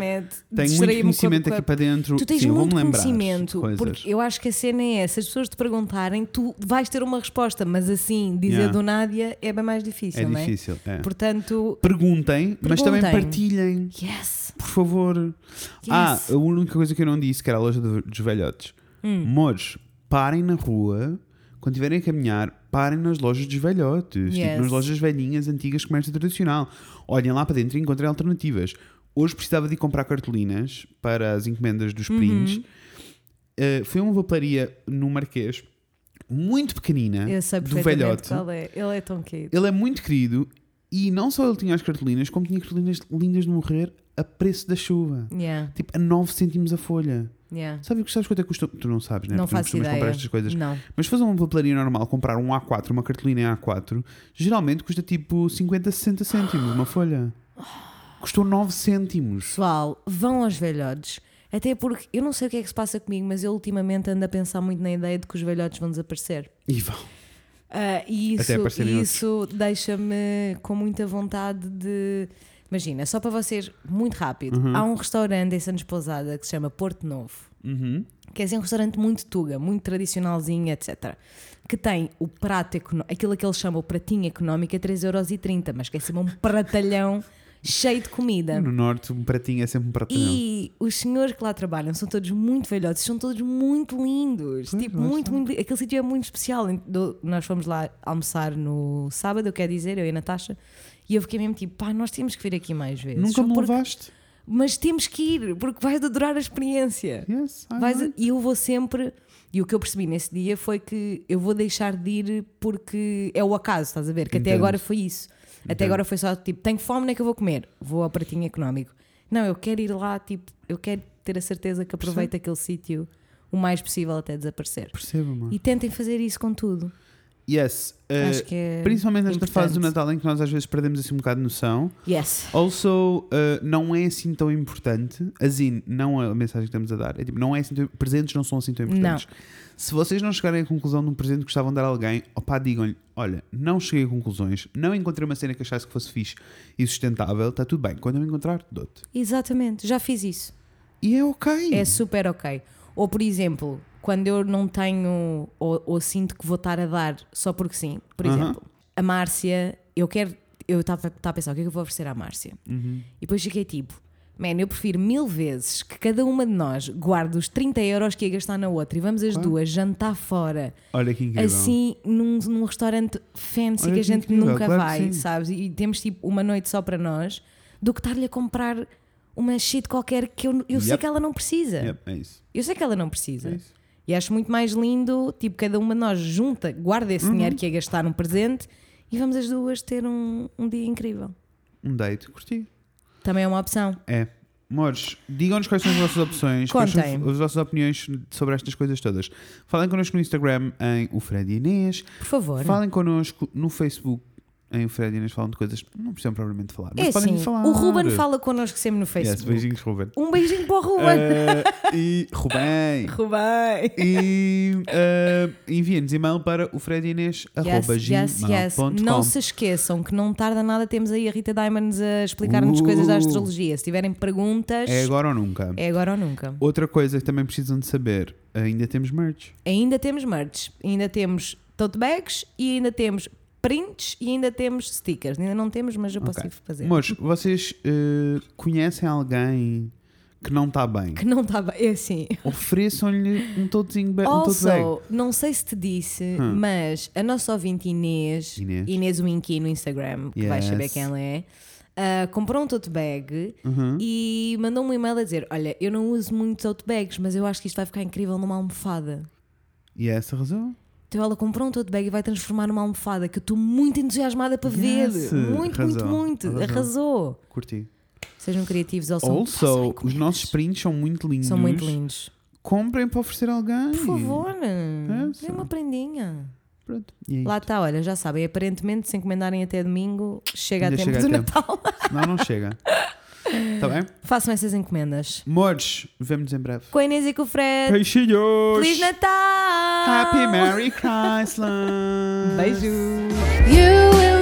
tenho goddammit. muito Distraí-me conhecimento com a- aqui para dentro. Tu tens Sim, eu muito vou-me lembrar de conhecimento, coisas. porque eu acho que a cena é essa: as pessoas te perguntarem, tu vais ter uma resposta, mas assim, dizer Yeah. do Nádia é bem mais difícil, É não é? difícil, é. Portanto, Perguntem, mas também Perguntem. partilhem, yes! por favor. Ah, a única coisa que eu não disse, que era a loja do- dos velhotes. Hum. Mores, parem na rua, quando estiverem a caminhar, parem nas lojas dos velhotes. Yes. Tipo, nas lojas velhinhas, antigas, comércio tradicional. Olhem lá para dentro e encontrem alternativas. Hoje precisava de ir comprar cartolinas para as encomendas dos Uhum. prints. Eh, foi uma papelaria no Marquês, muito pequenina, Eu sei É. do perfeitamente velhote. qual é. Ele é tão querido. Ele é muito querido e não só ele tinha as cartolinas, como tinha cartolinas lindas de morrer a preço da chuva. Yeah, Tipo, a 9 cêntimos a folha. yeah. Sabe, sabes quanto é que custa? Tu não sabes, né? não Porque não faço costumas ideia. comprar estas coisas. Não. Mas fazer uma papelaria normal, comprar um A4, uma cartolina em A4, geralmente custa tipo 50, 60 cêntimos uma folha. Custou 9 cêntimos. Pessoal, vão aos velhotes. Até porque eu não sei o que é que se passa comigo, mas eu ultimamente ando a pensar muito na ideia de que os velhotes vão desaparecer. E vão. Ah, e isso, Até aparecerem e isso deixa-me com muita vontade de. Imagina, só para vocês, muito rápido, Uhum. há um restaurante em Santos Pousada que se chama Porto Novo, que é assim, um restaurante muito tuga, muito tradicionalzinho, etc. Que tem o prato económico, aquilo que ele chama o pratinho económico é a 3,30€, mas que é sempre um pratalhão cheio de comida. No norte, um pratinho é sempre um pratinho. E os senhores que lá trabalham são todos muito velhotes, são todos muito lindos. tipo, muito, muito. li- Aquele sítio é muito especial. Do- Nós fomos lá almoçar no sábado, eu quero dizer, eu e a Natasha. E eu fiquei mesmo tipo, pá, nós temos que vir aqui mais vezes. Nunca me porque- levaste? Mas temos que ir, porque vais adorar a experiência. Yes, I Vais- know. e eu vou sempre. E o que eu percebi nesse dia foi que eu vou deixar de ir porque é o acaso, estás a ver? Que até Entendo. agora foi isso. Até agora foi só tipo, tenho fome, onde é que eu vou comer? Vou ao pratinho económico. Não, eu quero ir lá, tipo, eu quero ter a certeza que aproveito aquele sítio o mais possível até desaparecer. Percebo, mano. E tentem fazer isso com tudo. Yes. eh, Acho que é principalmente nesta fase do importante. Natal em que nós às vezes perdemos assim um bocado de noção. Yes. Also, uh, não é assim tão importante. Assim, não a mensagem que estamos a dar. É tipo, não é assim tão, presentes não são assim tão importantes. Se vocês não chegarem à conclusão de um presente que gostavam de dar a alguém, opá, digam-lhe: olha, não cheguei a conclusões, não encontrei uma cena que achasse que fosse fixe e sustentável, está tudo bem. Quando eu encontrar, dou-te. Exatamente, já fiz isso. E é ok. É super ok. Ou, por exemplo, quando eu não tenho ou, ou sinto que vou estar a dar só porque sim. Por Aham. exemplo, a Márcia, eu quero. Eu estava a pensar o que é que eu vou oferecer à Márcia. Uhum. E depois fiquei tipo. Man, eu prefiro mil vezes que cada uma de nós guarde os 30 euros que ia gastar na outra e vamos as duas jantar fora, Olha que incrível. assim, num, num restaurante fancy Olha que que a gente incrível, nunca claro que vai, sim. sabes? E temos tipo uma noite só para nós, do que estar-lhe a comprar uma shit qualquer que eu, eu sei Yep. que ela não precisa. Yep, é isso. Eu sei que ela não precisa. É isso. E acho muito mais lindo, tipo, cada uma de nós junta, guarda Uhum. esse dinheiro que é gastar num presente e vamos as duas ter um, um dia incrível. Um date, curti. Também é uma opção. É. Mores, digam-nos quais são as vossas opções, quais são Contem. as vossas opiniões sobre estas coisas todas. Falem connosco no Instagram em o Fred e Inês. Por favor. Falem connosco no Facebook. Em o Fred e Inês falam de coisas que não precisam propriamente falar. Mas é podem assim, falar. o Ruben fala connosco sempre no Yes, Facebook. beijinhos, Ruben. Um beijinho para o Ruben. Eh, e Ruben. Ruben. E eh, enviem-nos e-mail para o Yes, yes, yes. Não se esqueçam que não tarda nada, temos aí a Rita Diamonds a explicar-nos Uh. coisas da astrologia. Se tiverem perguntas, É agora ou nunca. é agora ou nunca. Outra coisa que também precisam de saber: ainda temos merch. Ainda temos merch, ainda temos tote bags e ainda temos prints e ainda temos stickers. Ainda não temos, mas eu posso Ok. ir fazer. Mas vocês eh, conhecem alguém que não está bem? Que não estava. É assim. Ofereçam-lhe um totezinho bem. Um tote bag. Hum. Also, não sei se te disse, mas a nossa ouvinte Inês, Inês. Inês, Winky no Instagram, que vais Yes. saber quem ela é, ah, comprou um tote bag Uhum. e mandou-me um e-mail a dizer: Olha, eu não uso muito tote bags, mas eu acho que isto vai ficar incrível numa almofada. E é essa a razão? Então ela comprou um tote bag e vai transformar numa almofada que eu estou muito entusiasmada para Yes. ver. Muito, Arrasou. muito, muito. Arrasou. Arrasou. Curti. Sejam criativos ao som. Also, os nossos prints são muito lindos. São muito lindos. Comprem para oferecer a alguém. Por favor, Yes. dê uma prendinha. Pronto. E é Lá isto. está, olha, já sabem, aparentemente se encomendarem até domingo, chega Ainda a tempo chega a do tempo. Natal. Não, não chega. Está bem? Façam essas encomendas. Mores, vemo-nos em breve. Com a Inês e com o Fred. Peixinhos! Feliz Natal! Happy Merry Chrysler! Beijo! You will